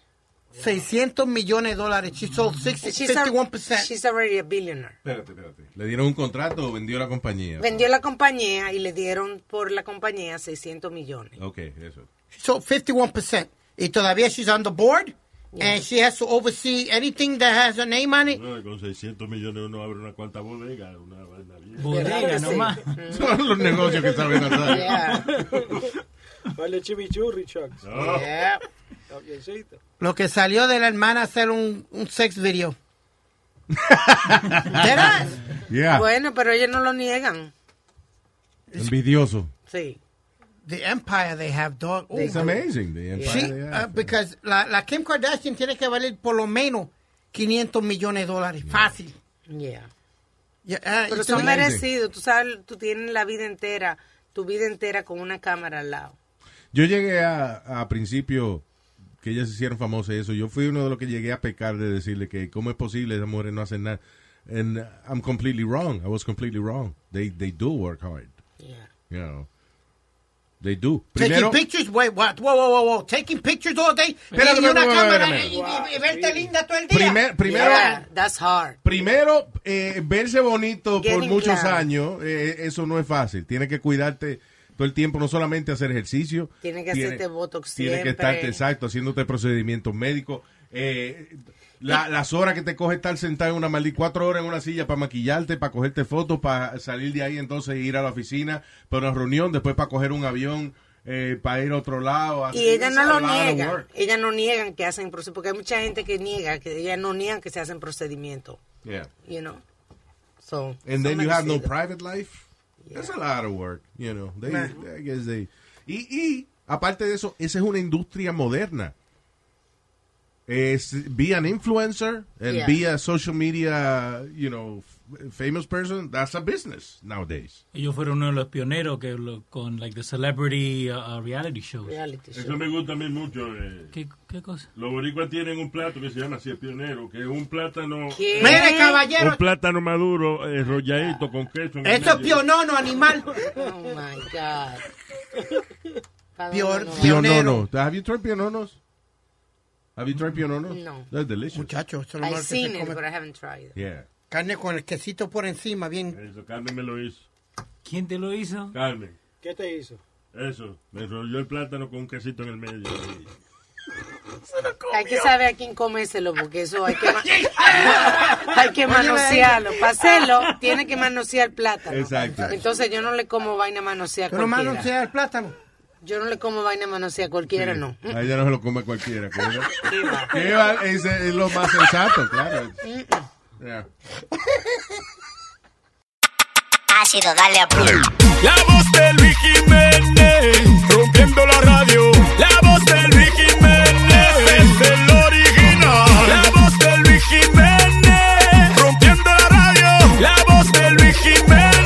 600 millones de dólares. She sold 60, She's a- 51%. She's already a billionaire. Espérate, espérate. ¿Le dieron un contrato o vendió la compañía? Vendió la compañía y le dieron por la compañía 600 millones. Ok, eso. She sold 51%. Y todavía she's on the board. And she has to oversee anything that has her name on it. Bueno, con 600 millones uno abre una cuanta bodega, una vaina bien. Bodega Claro que nomás. Son los negocios que saben hacer. Vale, chimichurri, Chuck. Yeah. Camioncito. Lo que salió de la hermana hacer un, un sex video. ¿Será? Yeah. Bueno, pero ellos no lo niegan. Envidioso. Sí. The empire they have, dog. Oh, It's my- amazing. the empire Sí, they have. uh, because la, la Kim Kardashian tiene que valer por lo menos 500 millones de dólares. Fácil. Yeah. Yeah, ah, Pero it's son amazing. merecidos. Tú sabes, tú tienes la vida entera, tu vida entera con una cámara al lado. Yo llegué a, a principio que ellas se hicieron famosas y eso. Yo fui uno de los que llegué a pecar de decirle que cómo es posible esas mujeres no hacen nada. And I'm completely wrong. I was completely wrong. They they do work hard. Yeah. You know. They do. Taking Primero, pictures, wait, what? Whoa, whoa, whoa, whoa. Taking pictures all day. Y Espérate, una espérate, cámara espérate, y, y- y verte linda todo el día. Primer- primero- Yeah, that's hard. primero eh, verse bonito por Getting muchos glam. años, eh, eso no es fácil. Tienes que cuidarte todo el tiempo, no solamente hacer ejercicio. Tienes que tiene- hacerte botox Tienes que siempre. estar exacto, haciéndote procedimientos médicos. Eh, la- las horas que te coge estar sentado en una maldita, cuatro horas en una silla para maquillarte, para cogerte fotos, para salir de ahí, entonces e ir a la oficina para una reunión, después para coger un avión, eh, para ir a otro lado. así. Y ellas no It's a lo lot of niegan. work. Ellas no niegan que hacen proceso porque hay mucha gente que niega, que ellas no niegan que se hacen procedimientos. Yeah. You know. So, And son then you have no merecidos. private life. That's a lot of work, you know. They- I guess they- y, y, aparte de eso, esa es una industria moderna. Es, be an influencer and Yeah. be a social media, you know, f- famous person. That's a business nowadays. Ellos fueron uno de los pioneros que lo- con like the celebrity uh, uh, reality shows. Eso me gusta a mí mucho. eh. ¿Qué, qué cosa? Los boricuas tienen un plato que se llama así, el pionero, que es un plátano. ¿Qué? Mire, caballero. Un plátano maduro, eh, rolladito, con queso. en el Eso es medio. pionono, animal. Oh my God. ¿Para dónde Pior, nos vamos? Pionono. Have you tried piononos? Have you tried piononos? No. That's delicious. Muchachos, eso es lo I've mejor que seen se it, come. but I haven't tried it. Yeah. Carne con el quesito por encima, bien. Eso, Carmen me lo hizo. ¿Quién te lo hizo? Carmen. ¿Qué te hizo? Eso. Me enrolló el plátano con un quesito en el medio. Hay que saber a quién comérselo porque eso hay que, ma- hay que manosearlo. Para hacerlo, tiene que manosear plátano. Exacto. Entonces yo no le como vaina manoseada Pero cualquiera. manosea el plátano. Yo no le como vaina manoseada cualquiera, Sí. no. A ella no se lo come cualquiera. ¿cómo no? ¿Qué va? Es, es lo más sensato, claro. Yeah. Ha sido darle a play. La voz de Luis Jiménez, rompiendo la radio. La voz de Luis Jiménez, es el original. La voz de Luis Jiménez, rompiendo la radio. La voz de Luis Jiménez,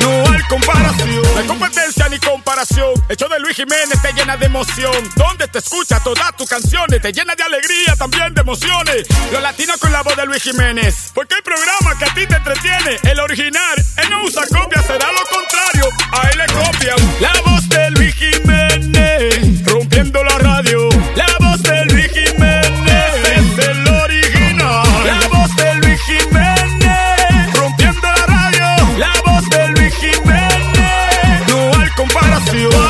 no hay comparación. No hay competencia ni comparación. El show de Luis Jiménez te llena de emoción. Donde te escucha todas tus canciones, te llena de alegría, también de emociones. Los latinos con la voz de Luis Jiménez. Porque el programa que a ti te entretiene, el original, él no usa copia, será lo contrario. A él le copian. La voz de Luis Jiménez, rompiendo la radio. La voz de Luis Jiménez, es el original. La voz de Luis Jiménez, rompiendo la radio. La voz de Luis Jiménez, no hay comparación.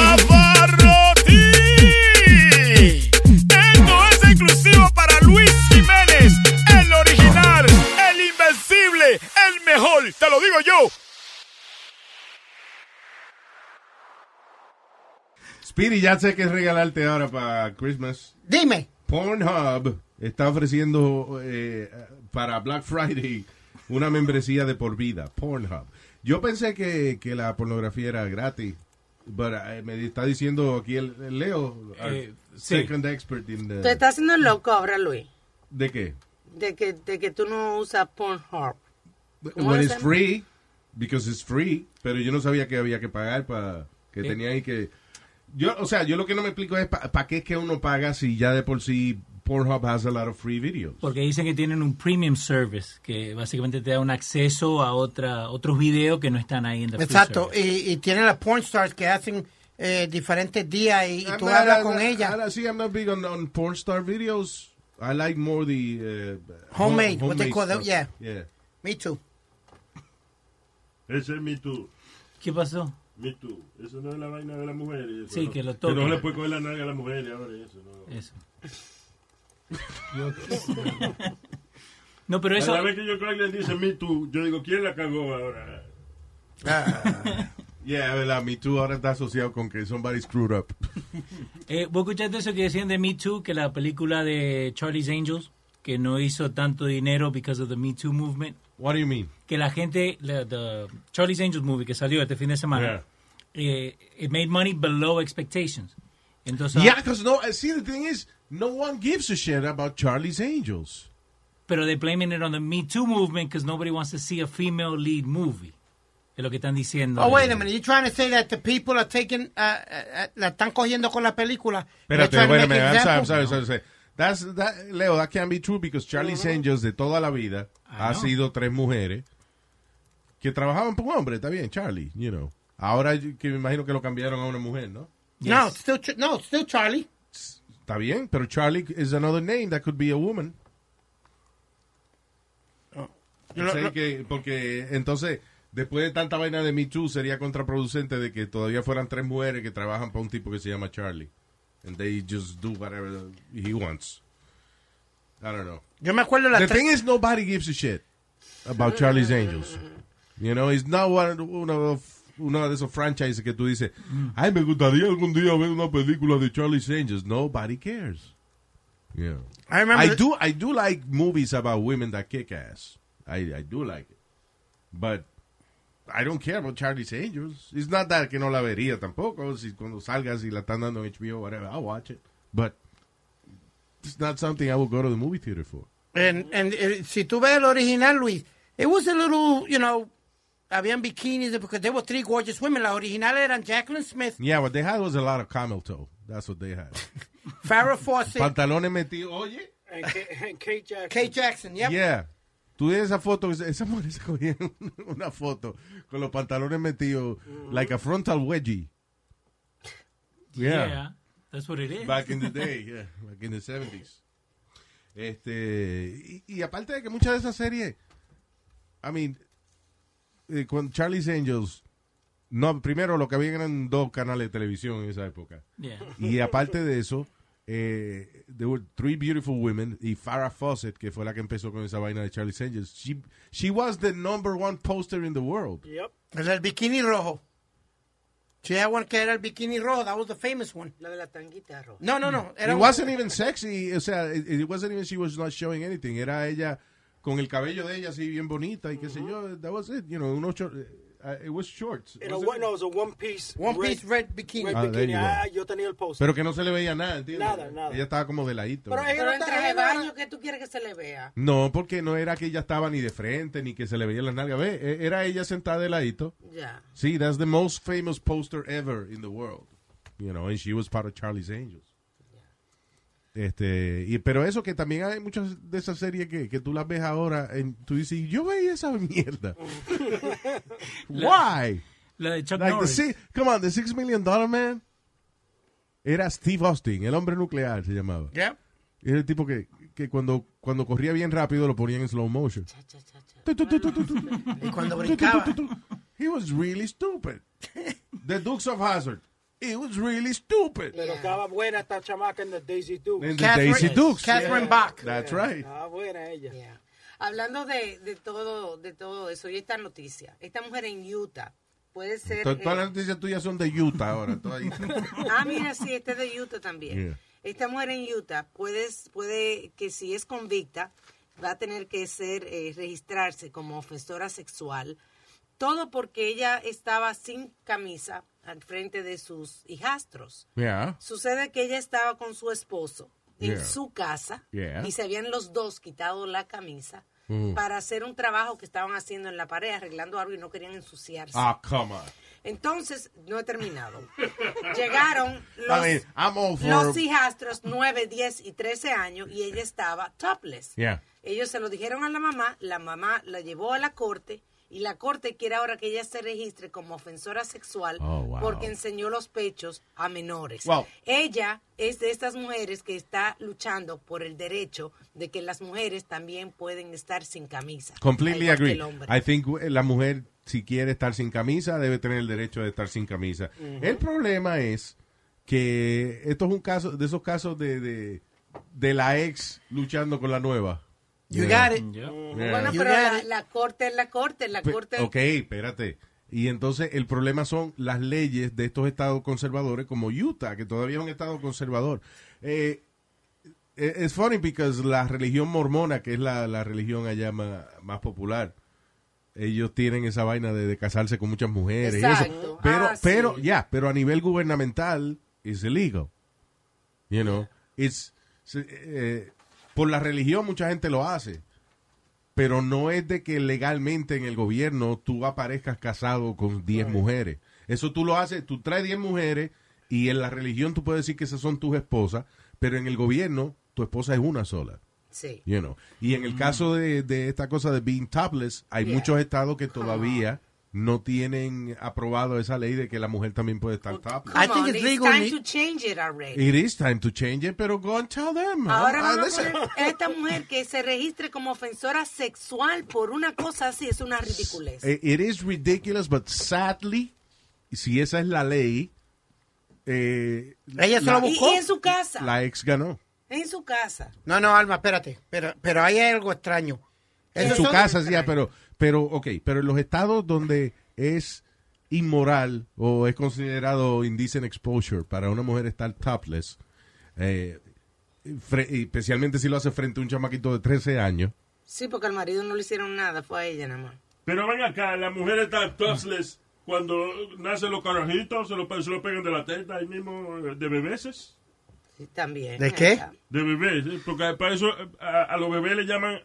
Pavarotti. Esto es exclusivo para Luis Jiménez, el original, el invencible, el mejor, te lo digo yo. Speedy, ya sé que regalarte ahora para Christmas. Dime. Pornhub está ofreciendo eh, para Black Friday una membresía de por vida. Pornhub. Yo pensé que, que la pornografía era gratis, pero eh, me está diciendo aquí el, el Leo, our Eh, sí. second expert in the- Tú estás haciendo loco ahora, Luis, ¿De qué? de que, de que tú no usas Pornhub. ¿Cómo When lo it's hacen? free, because it's free, pero yo no sabía que había que pagar para que Eh. tenía ahí que Yo, o sea, yo lo que no me explico es para qué es que uno paga si ya de por sí Pornhub has a lot of free videos. Porque dicen que tienen un premium service, que básicamente te da un acceso a otra, otros videos que no están ahí en la Exacto, y, y tienen las porn stars que hacen eh, diferentes días y, y I'm tú not- hablas I'm con not- ella. Ahora sí, I'm not big on, on porn star videos. I like more the... uh, Homemade, home- what they homemade call them, stuff. yeah. Yeah. Me too. Ese es mi tú. ¿Qué pasó? Me Too. Eso no es la vaina de las mujeres. eso Sí, no. que lo toquen. no le puede coger la nalga a las mujeres ahora, eso no. Eso. No, pero eso- Cada vez que yo creo que alguien dice Me Too, yo digo, ¿quién la cagó ahora? Yeah, verdad, Me Too ahora está asociado con que somebody screwed up. Eh, ¿Vos escuchaste eso que decían de Me Too? Que la película de Charlie's Angels, que no hizo tanto dinero because of the Me Too movement. What do you mean? Que la gente, la, the Charlie's Angels movie que salió este fin de semana, eh, it made money below expectations. Entonces, yeah, because no, eh, see, the thing is, no one gives a shit about Charlie's Angels. pero they're blaming it on the Me Too movement because nobody wants to see a female lead movie. Es lo que están diciendo. Oh, wait a minute. You're trying to say that the people are taking, uh, uh, uh, la están cogiendo con la película. They're trying Espérate, to wait a make minute, I'm sorry, I'm examples? sorry, sorry, sorry. That's, that, Leo, that can be true because Charlie's Angels de toda la vida ha sido tres mujeres que trabajaban por un hombre, está bien, Charlie, you know. Ahora yo- que me imagino que lo cambiaron a una mujer, ¿no? No, it's still, Ch- no, it's still Charlie. Está bien, pero Charlie is another name that could be a woman. Lo- Sé lo- que- porque entonces, después de tanta vaina de Me Too, sería contraproducente de que todavía fueran tres mujeres que trabajan para un tipo que se llama Charlie. And they just do whatever he wants. I don't know. Yo me acuerdo la The tres- thing is, nobody gives a shit about Charlie's Angels. You know, it's not one, uno, uno de esos franchises que tú dices, ay, me gustaría algún día ver una película de Charlie's Angels. Nobody cares. Yeah. I remember I the- do I do like movies about women that kick ass. I, I do like it. But I don't care about Charlie's Angels. It's not that que no la vería tampoco. Si cuando salgas y la están dando en HBO, whatever, I'll watch it. But it's not something I would go to the movie theater for. And, and, eh, si tú ves el original, Luis, it was a little, you know, habían bikinis, because there were three gorgeous women. Las originales eran Jacqueline Smith, Yeah, what they had was a lot of camel toe. That's what they had. Farrah Fawcett, Pantalones metidos. Oye. And, K- and Kate Jackson. Kate Jackson, yep. Yeah. Tú ves esa foto, esa esa mujer se cogía una foto con los pantalones metidos, Mm. like a frontal wedgie. Yeah. That's what it is. Back in the day, yeah. Back in the 70s. Este, y, y aparte de que muchas de esas series, I mean, eh, con Charlie's Angels, no, primero lo que había eran dos canales de televisión en esa época. Yeah. Y aparte de eso, eh, there were Three Beautiful Women y Farrah Fawcett, que fue la que empezó con esa vaina de Charlie's Angels. She, she was the number one poster in the world. Yep. el del bikini rojo. She had one que era el bikini rojo, that was the famous one. La de la tanguita roja. No, no, no. Mm. Era it un- wasn't even sexy. O sea, it, it wasn't even she was not showing anything. Era ella con el cabello de ella así bien bonita y qué sé yo. That was it. You know, unos shor- uh, it was shorts. It Was was, it- no, it was a one piece. One piece red bikini. Red Ah, there bikini. you go. Ah, yo tenía el poster. Pero que no se le veía nada, ¿entiendes? Nada, nada. Ella estaba como de ladito. Pero Pero en traje de Era- baño, ¿qué tú quieres que se le vea? No, porque no era que ella estaba ni de frente ni que se le veía las nalgas. Ve, e- era ella sentada de ladito. Ya. Sí, that's the most famous poster ever in the world. You know, and she was part of Charlie's Angels. Este, y, pero eso que también hay muchas de esas series que, que tú las ves ahora, en, tú dices, yo veía esa mierda. Why? La de Chuck Like the Norris. six, come on, the Six Million Dollar Man era Steve Austin, el hombre nuclear se llamaba. Yep. Era el tipo que, que cuando, cuando corría bien rápido lo ponían en slow motion. Tu, tu, tu, tu, tu, tu. Y cuando brincaba. Tu, tu, tu, tu. He was really stupid. The Dukes of Hazard. It was really stupid. Pero estaba buena esta chamaca en The Daisy Dukes. And the Daisy Dukes. Yeah. That's Yeah. right. Estaba buena ella. Hablando de, de todo de todo eso y esta noticia. Esta mujer en Utah puede ser. To- Todas eh, las noticias tuyas son de Utah ahora. todas ahí. Ah, mira, sí, este es de Utah también. Yeah. Esta mujer en Utah puede, puede que si es convicta va a tener que ser eh, registrarse como ofensora sexual. Todo porque ella estaba sin camisa al frente de sus hijastros. Yeah. Sucede que ella estaba con su esposo en Yeah. su casa Yeah. y se habían los dos quitado la camisa Mm. para hacer un trabajo que estaban haciendo en la pared, arreglando algo y no querían ensuciarse. Ah, come on. Entonces, no he terminado. Llegaron los, I mean, I'm all for- los hijastros 9, 10 y 13 años y ella estaba topless. Yeah. Ellos se lo dijeron a la mamá, la mamá la llevó a la corte y la corte quiere ahora que ella se registre como ofensora sexual Oh, wow. porque enseñó los pechos a menores. Wow. Ella es de estas mujeres que está luchando por el derecho de que las mujeres también pueden estar sin camisa. Completely Igual que agree. el hombre. I think eh, la mujer, si quiere estar sin camisa, debe tener el derecho de estar sin camisa. Ujú. El problema es que esto es un caso, de esos casos de, de, de la ex luchando con la nueva. You Yeah. got it. Yeah. Bueno, pero la, la corte es la corte, la Pe- corte... Ok, espérate. Y entonces el problema son las leyes de estos estados conservadores como Utah, que todavía es un estado conservador. Eh, es funny because la religión mormona, que es la, la religión allá más, más popular, ellos tienen esa vaina de, de casarse con muchas mujeres. y eso. Exacto. Pero, Ah, sí. pero, ya, pero a nivel gubernamental es illegal. You know, it's, se- eh, por la religión mucha gente lo hace, pero no es de que legalmente en el gobierno tú aparezcas casado con 10 mujeres. Eso tú lo haces, tú traes 10 mujeres y en la religión tú puedes decir que esas son tus esposas, pero en el gobierno tu esposa es una sola. Sí. You know. Y en el caso de, de esta cosa de being topless, hay Mm. Yeah. muchos estados que todavía no tienen aprobado esa ley de que la mujer también puede estar topless. Come I think on, it's it's legal time in- to change it already. It is time to change it, pero go and tell them. Ahora Ah, vamos a listen. poner a esta mujer que se registre como ofensora sexual por una cosa así, es una ridiculez. Eh, It is ridiculous, but sadly, si esa es la ley, eh, Ella se la- lo buscó. Y en su casa, La ex ganó. en su casa. No, no, Alma, espérate. Pero, pero ahí hay algo extraño. En Esos su son- casa, sí, ya, pero, pero, ok, pero en los estados donde es inmoral o es considerado indecent exposure para una mujer estar topless, eh, fre- y especialmente si lo hace frente a un chamaquito de 13 años. Sí, porque al marido no le hicieron nada, fue a ella nada más. Pero ven acá, la mujer está topless cuando nacen los carajitos, se lo, pe- se lo pegan de la teta ahí mismo, eh, de bebeses. Sí, también. ¿De qué? De bebés, eh, porque para eso eh, a, a los bebés le llaman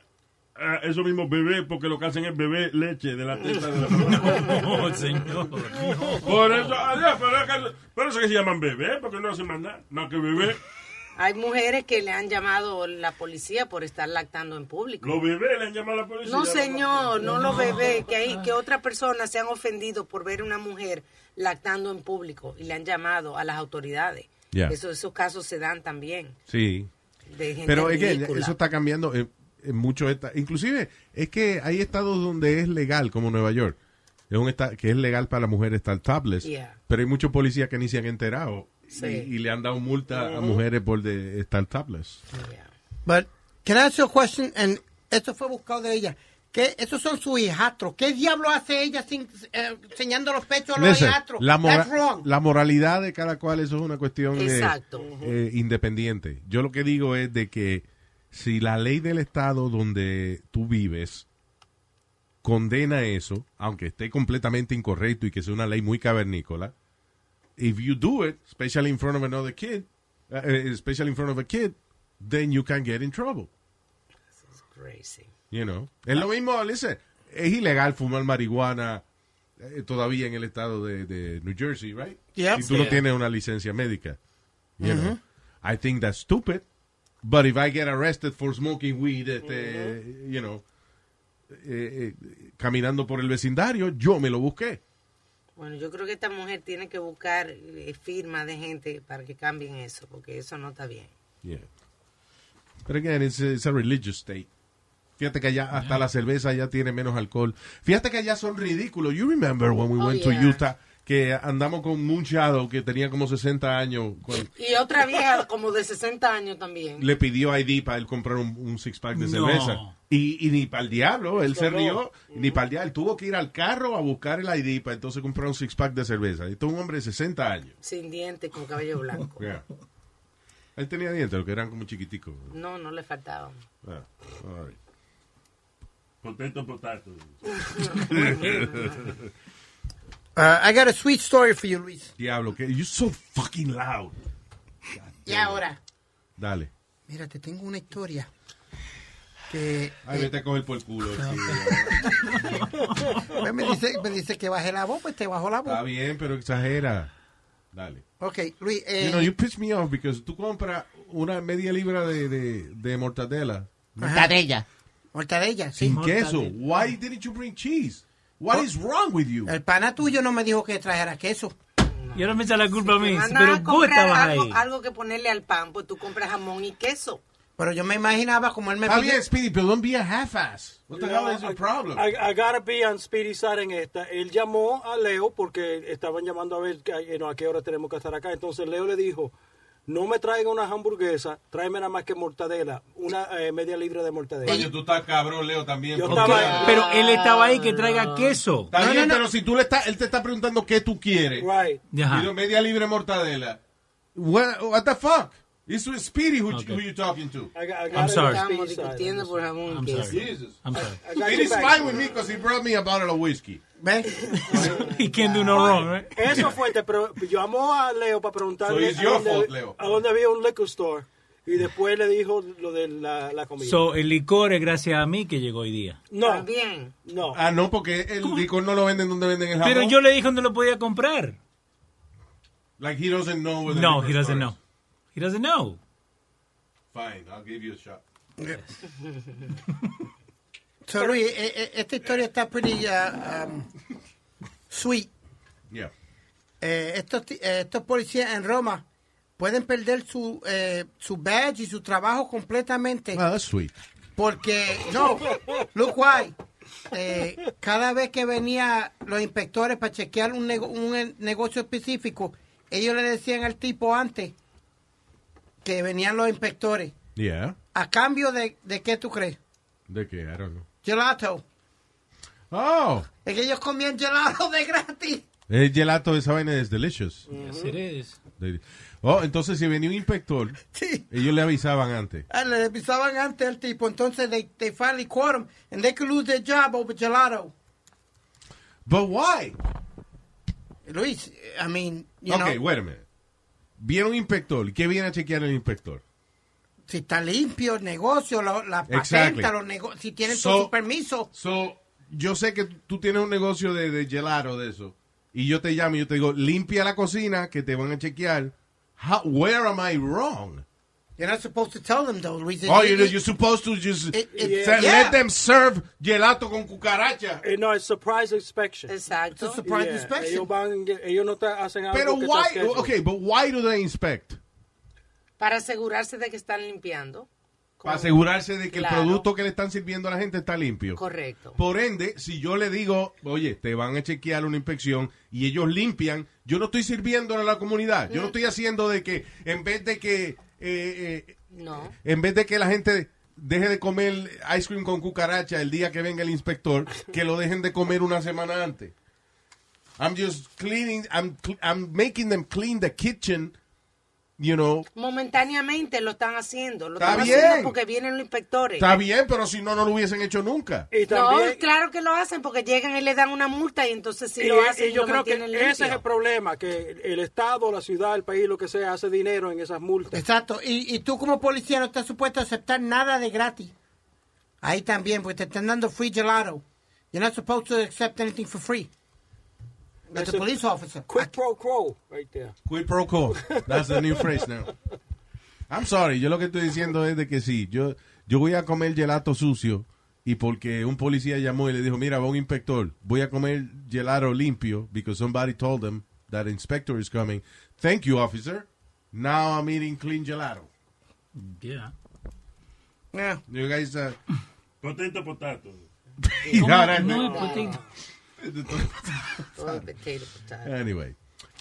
a esos mismos bebés porque lo que hacen es beber leche de la teta de la Oh, señor. Por eso, adiós, pero, es que- por eso que se llaman bebés, porque no hacen más nada, más que bebés. Hay mujeres que le han llamado la policía por estar lactando en público. Los bebés le han llamado a la policía. No, señor, no los bebés, que, hay, que otras personas se han ofendido por ver una mujer lactando en público y le han llamado a las autoridades. Ya. Eso- esos casos se dan también. Sí. De gente Pero again, ridícula. eso está cambiando en, en muchos estados. Inclusive, es que hay estados donde es legal, como Nueva York, es un esta- que es legal para la mujer estar topless, Yeah. pero hay muchos policías que ni se han enterado Sí. y, y le han dado multa Mm. a mujeres por de estar topless. But, can I ask you a question? And esto fue buscado de ella. ¿Qué, esos son sus hijastros. ¿Qué diablo hace ella sin, eh, enseñando los pechos a los Listen, hijastros? la, mora- That's wrong. la moralidad de cada cual eso es una cuestión de- Exacto. eh, independiente. Yo lo que digo es de que si la ley del estado donde tú vives condena eso, aunque esté completamente incorrecto y que sea una ley muy cavernícola, if you do it, especially in front of another kid, uh, eh, especially in front of a kid, then you can get in trouble. Crazy. You know? Es lo mismo, listen, es ilegal fumar marihuana eh, todavía en el estado de, de New Jersey, right? Yeah. Si tú no Yeah. tienes una licencia médica. You know? I think that's stupid. But if I get arrested for smoking weed, este, you know, eh, eh, caminando por el vecindario, yo me lo busqué. Bueno, yo creo que esta mujer tiene que buscar eh, firmas de gente para que cambien eso, porque eso no está bien. Yeah. Pero again, it's a, it's a religious state. Fíjate que allá hasta la cerveza ya tiene menos alcohol. Fíjate que allá son ridículos. You remember when we Oh, went yeah. to Utah que andamos con Moon Shadow que tenía como 60 años. cuando Y otra vieja como de 60 años también. le pidió ID para él comprar un, un six pack de No. cerveza. Y, y ni para el diablo, él se Claro. rió, ni para el diablo. Tuvo que ir al carro a buscar el ID para entonces comprar un six pack de cerveza. Esto es un hombre de 60 años. Sin dientes, con cabello blanco. Yeah. Él tenía dientes, lo que eran como chiquiticos. No, no le faltaban. Ah, all right. Potato, potato. Uh, I got a sweet story for you, Luis. Diablo, que you're so fucking loud. Y ahora, Dale. mira, te tengo una historia. que... Ay, eh, vete a coger por el culo. sí. pues me, dice, me dice que baje la voz, pues te bajo la voz. Está bien, pero exagera. Dale. Ok, Luis, eh, You know, you piss me off because tú compras una media libra de, de, de mortadela. Mortadella. mortadella, sí. Sin queso. Why didn't you bring cheese? What is wrong with you? El pana tuyo no me dijo que trajera queso. Y ahora me echa la culpa a mí. Van a Pero vos comprar estabas algo- ahí. Sí. Algo que ponerle al pan, pues tú compras jamón y queso. Pero yo me imaginaba como él me Está pidió- bien, Speedy, pero don't be a half-ass. What the hell is your problem? I, I gotta be on Speedy side en esta. Él llamó a Leo porque estaban llamando a ver que- you know, a qué hora tenemos que estar acá. Entonces Leo le dijo, no me traiga una hamburguesa, tráeme nada más que mortadela, una eh, media libra de mortadela. Coño, tú estás cabrón, Leo, también. Yo por estaba- Ah. favor. Pero él estaba ahí que traiga queso. Está bien, pero si tú le estás, él te está preguntando qué tú quieres. Right. Ajá. Pido media libre mortadela. What, what the fuck? It's with Speedy who, who you talking to. I'm sorry. Estamos discutiendo por jamón y queso. Jesus. I'm sorry. Speedy smiled with me because he brought me a bottle of whiskey. He can't do no wrong, right? Eso fue, te pre- llamó a Leo para So preguntarle it's a, your dónde, fault, Leo. a dónde había un liquor store. Y después le dijo lo de la, la comida. So, el licor es gracias a mí que llegó hoy día. no, Bien. no. Ah, no, porque el licor no lo venden donde venden el jamón. Pero yo le dije dónde lo podía comprar. Like he doesn't know where the No, liquor he doesn't store know. He doesn't know. is. Fine, I'll give you a shot. So, Luis, eh, eh, esta historia está pretty uh, um, sweet. Yeah. Eh, estos, ti- eh, estos policías en Roma pueden perder su, eh, su badge y su trabajo completamente Well, that's sweet. porque, no, look why. Eh, cada vez que venían los inspectores para chequear un, nego- un eh, negocio específico, ellos le decían al tipo antes que venían los inspectores. Yeah. ¿A cambio de, de qué tú crees? ¿De qué? I don't know. Gelato. Oh, Es que ellos comían gelato de gratis. el gelato de esa vaina es delicious. Yes, it is. They- Oh, entonces si venía un inspector, ellos le avisaban antes. Ah, le pisaban antes al tipo, entonces they, they finally caught him and they could lose their job over gelato. But why? Luis, I mean, you ok, know, wait a minute. Viene un inspector. ¿Y qué viene a chequear el inspector? si está limpio el negocio, lo- la patenta, Exactly. los nego- si tienen So- todo su permiso. So, yo sé que tú tienes un negocio de, de gelato de eso. Y yo te llamo y yo te digo, limpia la cocina que te van a chequear. How- where am I wrong? You're not supposed to tell them though, Luis. Oh, you know, you're supposed to just it- say, Eh, yeah. let them serve gelato con cucaracha. Eh, no, es surprise inspection. Exacto. It's a surprise inspection. Ellos, van, ellos no te hacen algo Pero que why, te schedule. okay, but why do they inspect? Para asegurarse de que están limpiando. Para asegurarse de que Claro. el producto que le están sirviendo a la gente está limpio. Correcto. Por ende, si yo le digo, oye, te van a chequear una inspección y ellos limpian, yo no estoy sirviendo a la comunidad. Yo no estoy haciendo de que, en vez de que, eh, eh, No. en vez de que la gente deje de comer ice cream con cucaracha el día que venga el inspector, que lo dejen de comer una semana antes. I'm just cleaning, I'm, cl- I'm making them clean the kitchen, you know. Momentáneamente lo están haciendo. Lo Está están bien. haciendo porque vienen los inspectores. Está bien, pero si no, no lo hubiesen hecho nunca. Y No, claro que lo hacen porque llegan y le dan una multa y entonces si Y- lo hacen y Eh, yo lo creo que mantienen limpio. ese es el problema, que el Estado, la ciudad, el país, lo que sea, hace dinero en esas multas. Exacto, y, y tú como policía no estás supuesto a aceptar nada de gratis. Ahí también, porque te están dando free gelato. You're not supposed to accept anything for free. As a That's a- police officer. Quid pro quo, right there. Quid pro quo. That's the new phrase now. I'm sorry, yo lo que estoy diciendo es de que sí, yo, yo voy a comer gelato sucio y porque un policía llamó y le dijo, mira, va un inspector, voy a comer gelato limpio because somebody told them that inspector is coming. Thank you, officer. Now I'm eating clean gelato. Yeah. You guys, uh, Potato, potato. you got it. No, este- potato. Todo potato, potato. Anyway.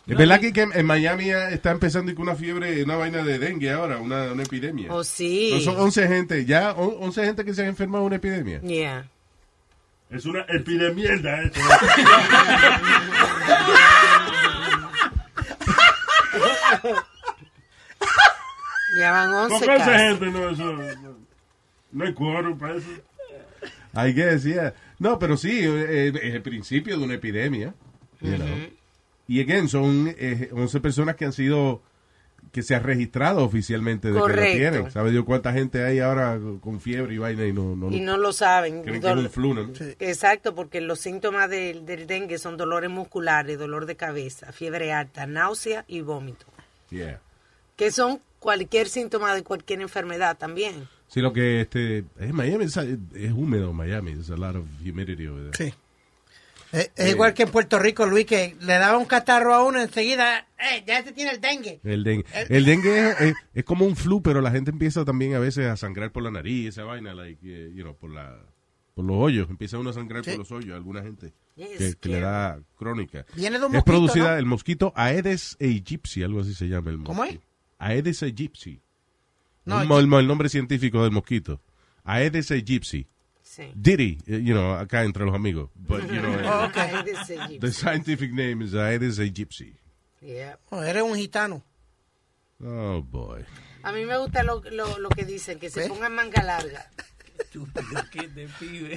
Es verdad que, que en Miami eh, está empezando con una fiebre, una vaina de dengue ahora, una, una epidemia. Oh, sí. No, son 11 gente, ya on- 11 gente que se ha enfermado de una epidemia. Yeah. Es una eh. epidemierda eso. Ya van ¿Con 11 cuánta casos. gente no eso? no- No hay quórum para eso. I guess, yeah. No, pero sí, eh, eh, es el principio de una epidemia. you know. Y again, son eh, 11 personas que han sido que se ha registrado oficialmente de que Correcto. lo tienen. ¿Sabes yo cuánta gente hay ahora con fiebre y vaina y no, no, Y no lo saben. Creen que es un Dol- flu, ¿no? Sí. Exacto, porque los síntomas del, del dengue son dolores musculares, dolor de cabeza, fiebre alta, náusea y vómito, Yeah. que son cualquier síntoma de cualquier enfermedad también. Sí, lo que este, es Miami, es, es húmedo Miami, there's a lot of humidity over there. Sí. Es, es igual que en Puerto Rico, Luis, que le daba un catarro a uno enseguida. Eh, ya se tiene el dengue. El dengue, el dengue es, es- es como un flu, pero la gente empieza también a veces a sangrar por la nariz, esa vaina, like, eh, you know, por, la, por los hoyos. Empieza uno a sangrar Sí. por los hoyos, alguna gente Yes, que, que le claro. da crónica. Viene de un es mosquito, producida ¿no? el mosquito Aedes aegypti, algo así se llama. El ¿Cómo mosquito. Aedes aegypti. No, el, mo- el mo- el nombre científico del mosquito. Aedes aegypti. Sí. Diddy, eh, you know, acá entre los amigos. But, you know, Oh, eh, okay. the scientific name is Aedes aegypti. Oh, eres un gitano. Oh, boy. A mí me gusta lo, lo- lo que dicen, que se pongan manga larga.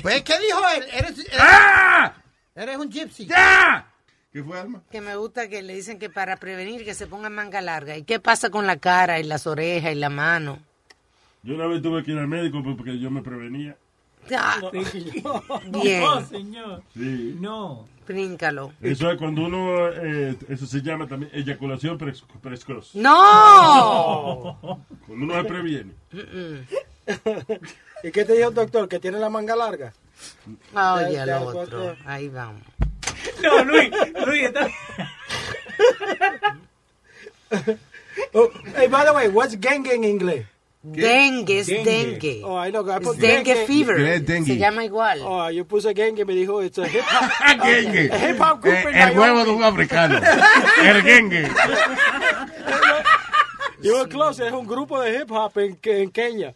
Pues, ¿qué dijo él? Eres, eres- ¡Ah! eres un gypsy. ¿Qué fue, Alma? Que me gusta que le dicen que para prevenir que se pongan manga larga. ¿Y qué pasa con la cara y las orejas y la mano? Yo una vez tuve que ir al médico porque yo me prevenía. Ah, Bien. No, señor. Sí. No. Bríncalo. Eso es cuando uno, eh, eso se llama también eyaculación prex- precoz. ¡No! Cuando uno se previene. ¿Y qué te dijo el doctor? ¿Que tiene la manga larga? Oh, Ah, Ya- oye, ya al otro. cuatro. Ahí vamos. No, Luis, Luis, está... Oh, hey, by the way, what's dengue en inglés? Dengue es dengue. Oh, I know, I Es put dengue fever. ¿Qué es dengue? Se llama igual. Oh, yo puse dengue y me dijo, it's a hip hop. Gengue. A hip hop group Eh, in el Miami. huevo de un africano. El gengue. You were close, es un grupo de hip hop en, Ke- en Kenia.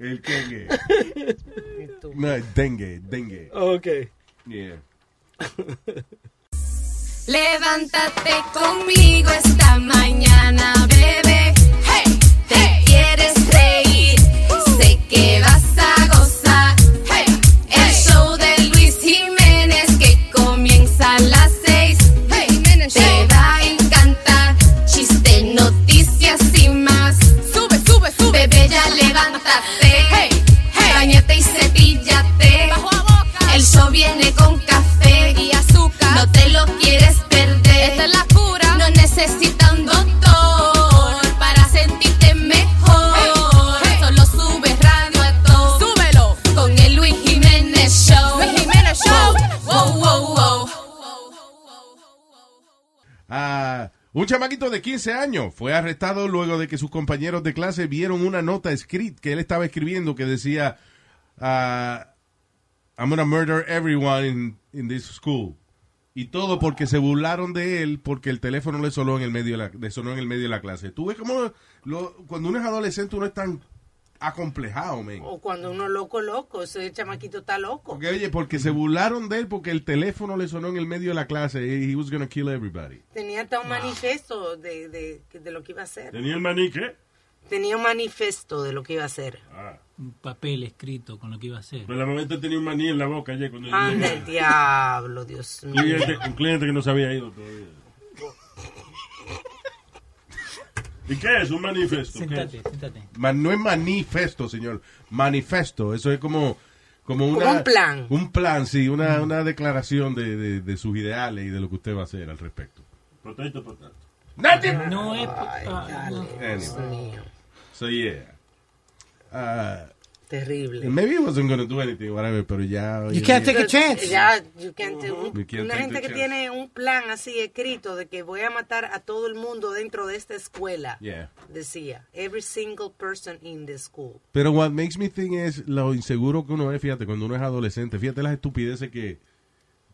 El gengue. No, es dengue, dengue. ok. Yeah. Levántate conmigo esta mañana, bebé. Hey, te quieres reír. Sé que vas a gozar. Hey, el show de Luis Jiménez que comienza a las seis. Hey, te va a encantar. Chiste, noticias y más. Sube, sube, sube. Bebé, ya levántate. Hey, hey, bañate y cepíllate. El show viene con café y azúcar. No te lo quieres perder. Esta es la cura. No necesita un doctor para sentirte mejor. Solo sube radio a todo. Súbelo. Con el Luis Jiménez Show. Luis Jiménez Show. Wow, wow, wow. Ah, un chamaquito de 15 años fue arrestado luego de que sus compañeros de clase vieron una nota escrita que él estaba escribiendo que decía ah, I'm gonna murder everyone in, in this school. Y todo porque se burlaron de él porque el teléfono le sonó en el medio de la, le sonó en el medio de la clase. Tú ves cómo lo- cuando uno es adolescente uno es tan acomplejado, man. O cuando uno loco, loco. Ese chamaquito está loco. Porque, oye, porque se burlaron de él porque el teléfono le sonó en el medio de la clase. He he was gonna kill everybody. Tenía hasta un manifiesto de, de, de lo que iba a hacer. Tenía el manique. Tenía un manifiesto de lo que iba a hacer. Ah. Un papel escrito con lo que iba a hacer. Pero la mamita tenía un maní en la boca ayer cuando yo Ah, Anda llegué. el diablo, Dios Un mío. cliente, un cliente que no se había ido todavía. ¿Y qué es? Un manifiesto. ¿Qué es? Siéntate, siéntate. Man- no es manifesto, señor. Manifesto. Eso es como, como, una, un plan. Mm. Un plan, sí. Una, una declaración de, de- de sus ideales y de lo que usted va a hacer al respecto. Potato, potato. No es... ah, no. Anyway. So, yeah. Uh, Ah, Terrible. maybe he wasn't going to do anything, whatever, pero ya... hoy en día- Pero Ya, you can't take- un- You can't una take gente the que chance. tiene un plan así escrito de que voy a matar a todo el mundo dentro de esta escuela. Yeah. Decía, every single person in the school. Pero what makes me think es lo inseguro que uno es, fíjate, cuando uno es adolescente, fíjate las estupideces que,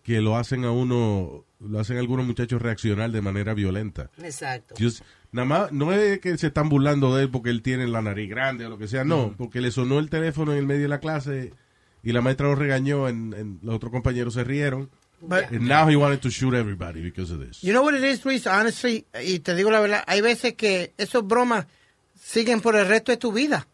que lo hacen a uno, lo hacen a algunos muchachos reaccionar de manera violenta. Exacto. Just- nada más, no es que se están burlando de él porque él tiene la nariz grande o lo que sea, no, porque le sonó el teléfono en el medio de la clase y la maestra lo regañó, en, en- los otros compañeros se rieron. But- and now he wanted to shoot everybody because of this. You know what it is, Luis? Honestly, y te digo la verdad, hay veces que esos bromas siguen por el resto de tu vida.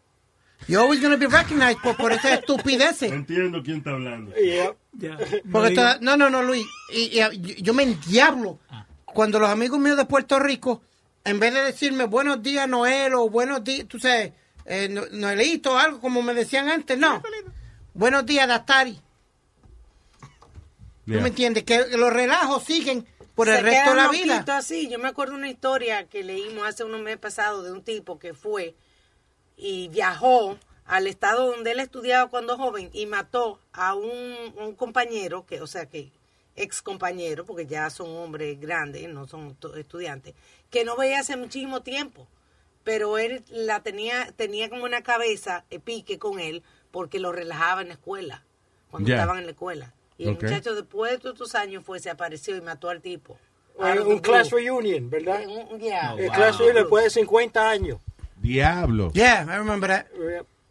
You're always going to be recognized por, por esas estupideces. Entiendo quién está hablando. ah, Ah. Porque toda- no, no, no, Luis. Y, y- yo me endiablo cuando los amigos míos de Puerto Rico, en vez de decirme buenos días Noel o buenos días, tú sabes, eh, No- Noelito o algo como me decían antes, no. Buenos días, Dastari. ¿Tú Yeah. me entiendes? Que los relajos siguen por Se el resto de quedan la loquitos vida. así. Yo me acuerdo una historia que leímos hace unos meses pasados de un tipo que fue y viajó al estado donde él estudiaba cuando joven y mató a un, un compañero, que o sea que ex compañero, porque ya son hombres grandes, no son to- estudiantes, que no veía hace muchísimo tiempo, pero él la tenía tenía como una cabeza eh, pique con él porque lo relajaba en la escuela, cuando Ya. estaban en la escuela. Y el Ok. muchacho después de todos estos años fue, se apareció y mató al tipo. Un- Ah, un class reunion, ¿verdad? Yeah. El class reunion "Eh, después de 50 años. Diablo. Yeah, I remember that.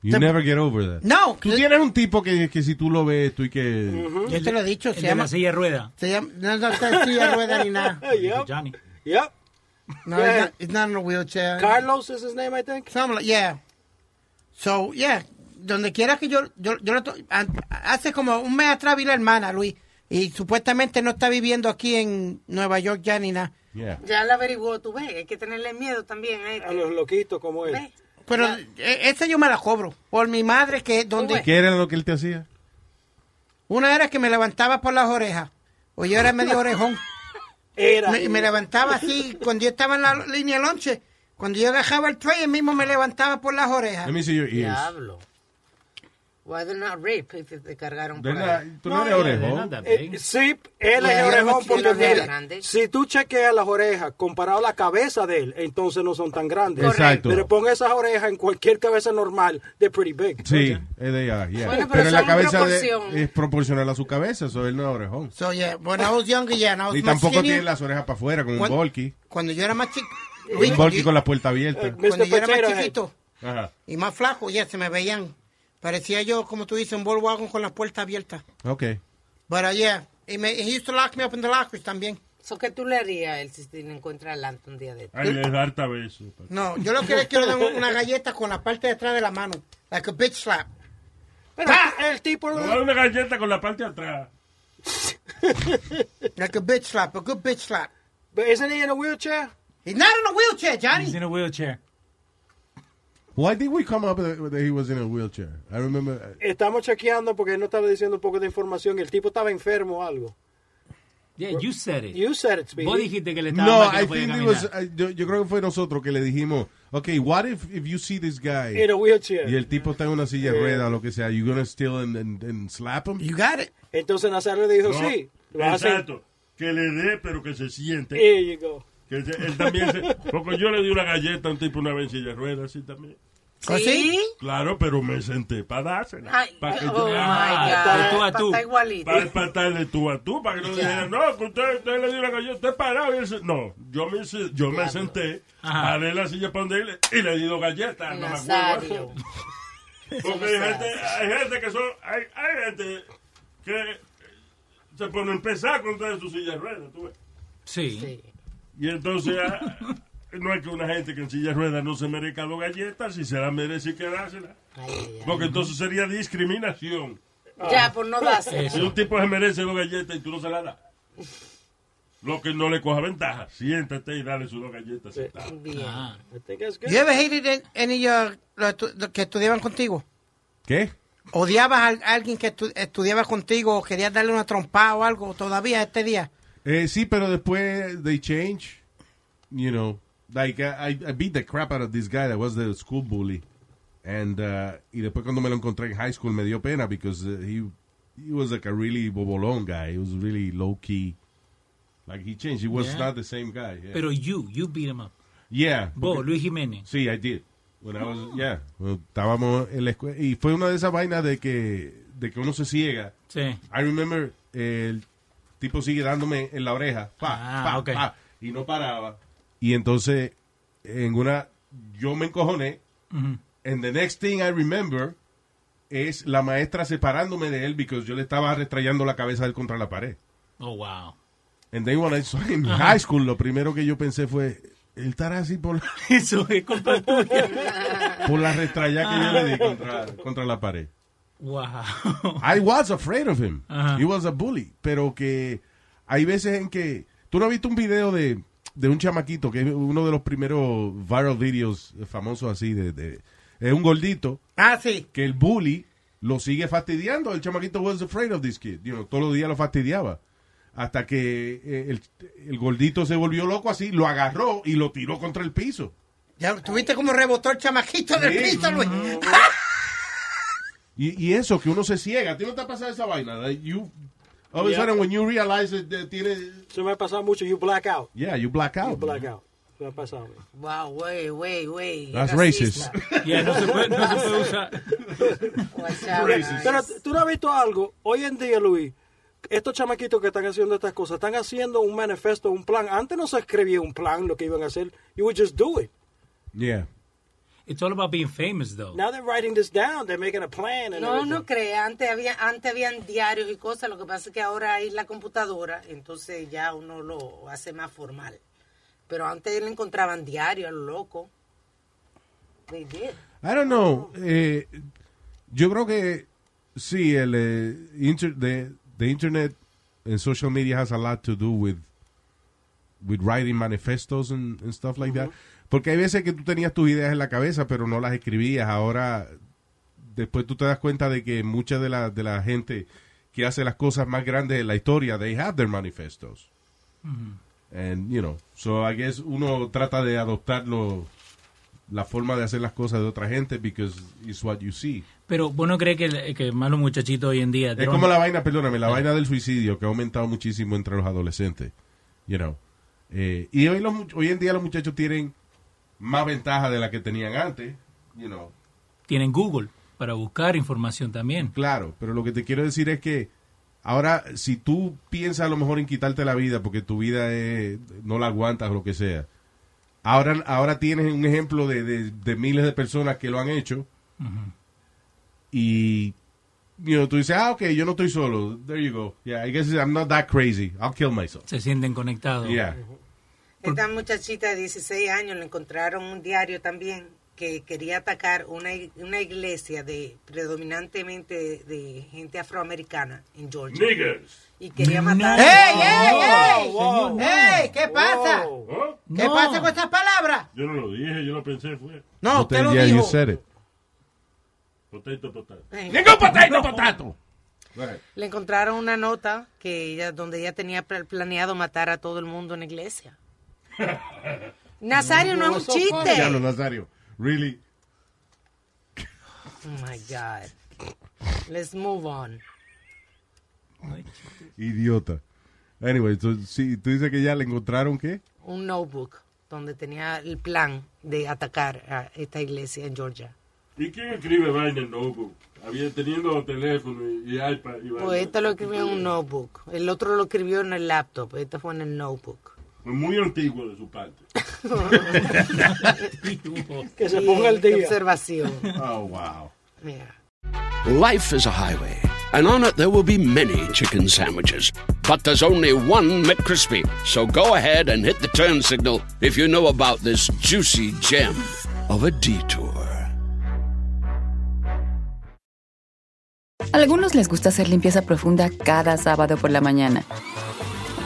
You never get over that. No. Tú tienes un tipo que, que si tú lo ves, tú y que... Yo te lo he dicho, se Uh-huh. de llama. la silla de rueda. Se llama, no, no está en silla de rueda ni nada. Johnny. Yep. No, Yeah. he's not- he's not in a wheelchair. Carlos is his name, I think. Something like- yeah. So, yeah. Donde quiera que yo, yo, yo lo to- a- hace como un mes atrás vi la hermana, Luis, y supuestamente no está viviendo aquí en Nueva York ya ni nada. Ya la averiguó, tú ves, hay que tenerle miedo también a este. Los loquitos como él. Pero eh, esa yo me la cobro, por mi madre que donde... ¿Qué era lo que él te hacía? Una era que me levantaba por las orejas, o yo era medio orejón. Era. Me, me levantaba así, cuando yo estaba en la línea de lonche, cuando yo agarraba el tray, él mismo me levantaba por las orejas. Let me see your ears. Diablo. Why they're not rape if te cargaron They're por ahí. not- tú no No, eres yeah, orejón. they're not that Eh, sí, él es Yeah, orejón yeah, porque yeah, yeah. mira, si tú chequeas las orejas comparado a la cabeza de él, entonces no son tan grandes. Correcto. Pero pon esas orejas en cualquier cabeza normal, they're pretty big. Sí, es de allá, yeah. Bueno, pero pero en la son cabeza de- proporción. es proporcional a su cabeza, eso él no es orejón. So, yeah, when I was younger, yeah, and I was Ni más tampoco skinny. tiene las orejas para afuera, como un Cuan- bulky. Cuando yo era más chico. Un bulky con la puerta Eh, abierta. Cuando yo era más Potato Head. chiquito Ajá, y más flaco, ya se me veían. Parecía yo, como tú dices, un Volkswagen con las puertas abiertas. ok. Pero yeah, y me, he used to lock me up in the locker también. So, ¿Qué tú le harías a él si te encuentra Atlanta un día de esto? Ay, es harta beso. No, yo lo que le quiero dar un- una galleta con la parte de atrás de la mano. Like a bitch slap. Pero el tipo... Le voy a dar una galleta con la parte de atrás. Like a bitch slap, a good bitch slap. But isn't he in a wheelchair? He's not in a wheelchair, Johnny. He's in a wheelchair. Why did we come up with that he was in a wheelchair? I remember. uh, Estamos chequeando porque él no estaba diciendo un poco de información. El tipo estaba enfermo o algo. Yeah, you said it. You said it, Speedy. Vos dijiste que le estaba No, mal, que I no podía think it caminar. was, I- yo, yo creo que fue nosotros que le dijimos, okay, what if, if you see this guy In a wheelchair. y el tipo está en una silla de rueda o lo que sea, you gonna steal and, and, and slap him? You got it. Entonces Nazario le dijo, No, sí. lo hace. Exacto. Que le dé, pero que se siente. There you go. Que se- él también se- Porque yo le di una galleta a un tipo una vez en silla de ruedas, así también. ¿Ah, sí? Claro, pero me senté para dársela. Ay, para que oh, yo- my Ah, God. Pa- está igualito. Para estarle tú a tú, para que no digan, no, que usted, usted le dio la galleta, usted parado. Y él se- no, yo me, se- yo me senté, Ajá. paré la silla para donde él y le di dos galletas. No me acuerdo. Nazario. Porque hay gente, hay gente que son, hay, hay gente que se pone a empezar contra su silla de ruedas, tú ves. Sí. Y entonces, ah, no es que una gente que en silla de ruedas no se merezca dos galletas, si se la merece que dársela. Porque entonces sería discriminación. Ah, Ya, por no darse. Si un tipo se merece dos galletas y tú no se la das. Lo que no le coja ventaja. Siéntate y dale sus dos galletas. sentado. I think that's good. You ever hated an- any of los estu- los que estudiaban contigo? ¿Qué? ¿Odiabas a alguien que estu- estudiaba contigo o querías darle una trompada o algo todavía este día? Eh, sí, pero después they change, you know, like I, I- I beat the crap out of this guy that was the school bully, and uh, y después cuando me lo encontré en high school me dio pena because uh, he he was like a really bobolón guy, he was really low key, like he changed, he was Yeah. not the same guy. yeah. Pero you, you beat him up. Yeah. Vos, porque- Luis Jiménez. Sí, I did. When I was, yeah. Bueno, estábamos en la escuela. Y fue una de esas vainas de que, de que uno se ciega. Sí. I remember eh, el tipo sigue dándome en la oreja. Pa, Ah, pa, ok. pa, y no paraba. Y entonces, en una, yo me encojoné. Ujú. And the next thing I remember es la maestra separándome de él porque yo le estaba restrayando la cabeza de él contra la pared. Oh, wow. And then when I saw him in Ajá. high school, lo primero que yo pensé fue, él estará así por la... Eso es culpa tuya. por la restrayada que yo le di contra, contra la pared. Wow. I was afraid of him. Ajá. He was a bully. Pero que hay veces en que ¿Tú no has visto un video de, de un chamaquito que es uno de los primeros viral videos famosos así? De, de- es un gordito. Ah, sí. Que el bully lo sigue fastidiando. El chamaquito was afraid of this kid. You know, todos los días lo fastidiaba. Hasta que eh, el, el gordito se volvió loco así, lo agarró y lo tiró contra el piso. Ya tuviste como rebotó el chamaquito en el Sí. piso, Luis. Y, y eso, que uno se ciega. ¿A ti no te ha pasado esa vaina? Like, you, Oh, all of a Yeah. sudden, when you realize that, that tiene... Se me ha pasado mucho. You black out. Yeah, you black out. You black out. Se me ha pasado. Wow, güey, güey, güey. That's racista. racist. Yeah, no se puede- no se puede usar. Guachaba. Pero tú no has visto algo. Hoy en día, Luis, estos chamaquitos que están haciendo estas cosas, están haciendo un manifiesto, un plan. Antes no se escribía un plan, lo que iban a hacer. You would just do it. Yeah. It's all about being famous, though. Now they're writing this down. They're making a plan. And No, everything. no crea. Antes, había, antes habían diarios y cosas. Lo que pasa es que ahora hay la computadora, entonces ya uno lo hace más formal. Pero antes le encontraban diario a lo loco. They did. I don't know. Eh, yo creo que sí, el eh, inter- the, the internet and social media has a lot to do with with writing manifestos and, and stuff like that. Porque hay veces que tú tenías tus ideas en la cabeza, pero no las escribías. Ahora, después tú te das cuenta de que mucha de la, de la gente que hace las cosas más grandes de la historia, they have their manifestos. And, you know, so I guess uno trata de adoptarlo, la forma de hacer las cosas de otra gente, because it's what you see. Pero vos no crees que, que más los muchachitos hoy en día. Es como la vaina, perdóname, la vaina del suicidio que ha aumentado muchísimo entre los adolescentes, you know. Eh, y hoy, los, mu- hoy en día los muchachos tienen más ventaja de la que tenían antes, you know. Tienen Google para buscar información también. Claro, pero lo que te quiero decir es que ahora, si tú piensas a lo mejor en quitarte la vida porque tu vida es- no la aguantas o lo que sea, ahora, ahora tienes un ejemplo de, de- de miles de personas que lo han hecho y you know, tú dices, ah, ok, yo no estoy solo. There you go. Yeah, I guess I'm not that crazy. I'll kill myself. Se sienten conectados. Yeah. Esta muchachita de 16 años le encontraron un diario también que quería atacar una, ig- una iglesia de predominantemente de, de gente afroamericana en Georgia. Niggers. Y quería matar ¡Ey, ey, ey! Wow, wow. ¡Ey! ¿Qué pasa? ¿Qué No. pasa con estas palabras? Yo no lo dije, yo lo pensé, fue. No, Usted- yeah, you said it. Potato, potato. Ningún potato, potato. Le encontraron una nota que ella, donde ella tenía pl- planeado matar a todo el mundo en la iglesia. Nazario no es un Diablo, chiste. Nazario. Really? Oh my God. Let's move on. Idiota. Anyway, so, sí, tú dices que ya le encontraron, ¿qué? Un notebook donde tenía el plan de atacar a esta iglesia en Georgia. ¿Y quién escribe vaina en notebook? Había teniendo teléfono y, y iPad y vaina. Pues este lo escribió en un notebook. El otro lo escribió en el laptop. Este fue en el notebook. Fue muy antiguo de su parte. Que se Y ponga el día. Observación. Oh, wow. Mira. Life is a highway, and on it there will be many chicken sandwiches. But there's only one McCrispy. So go ahead and hit the turn signal if you know about this juicy gem of a detour. Algunos les gusta hacer limpieza profunda cada sábado por la mañana.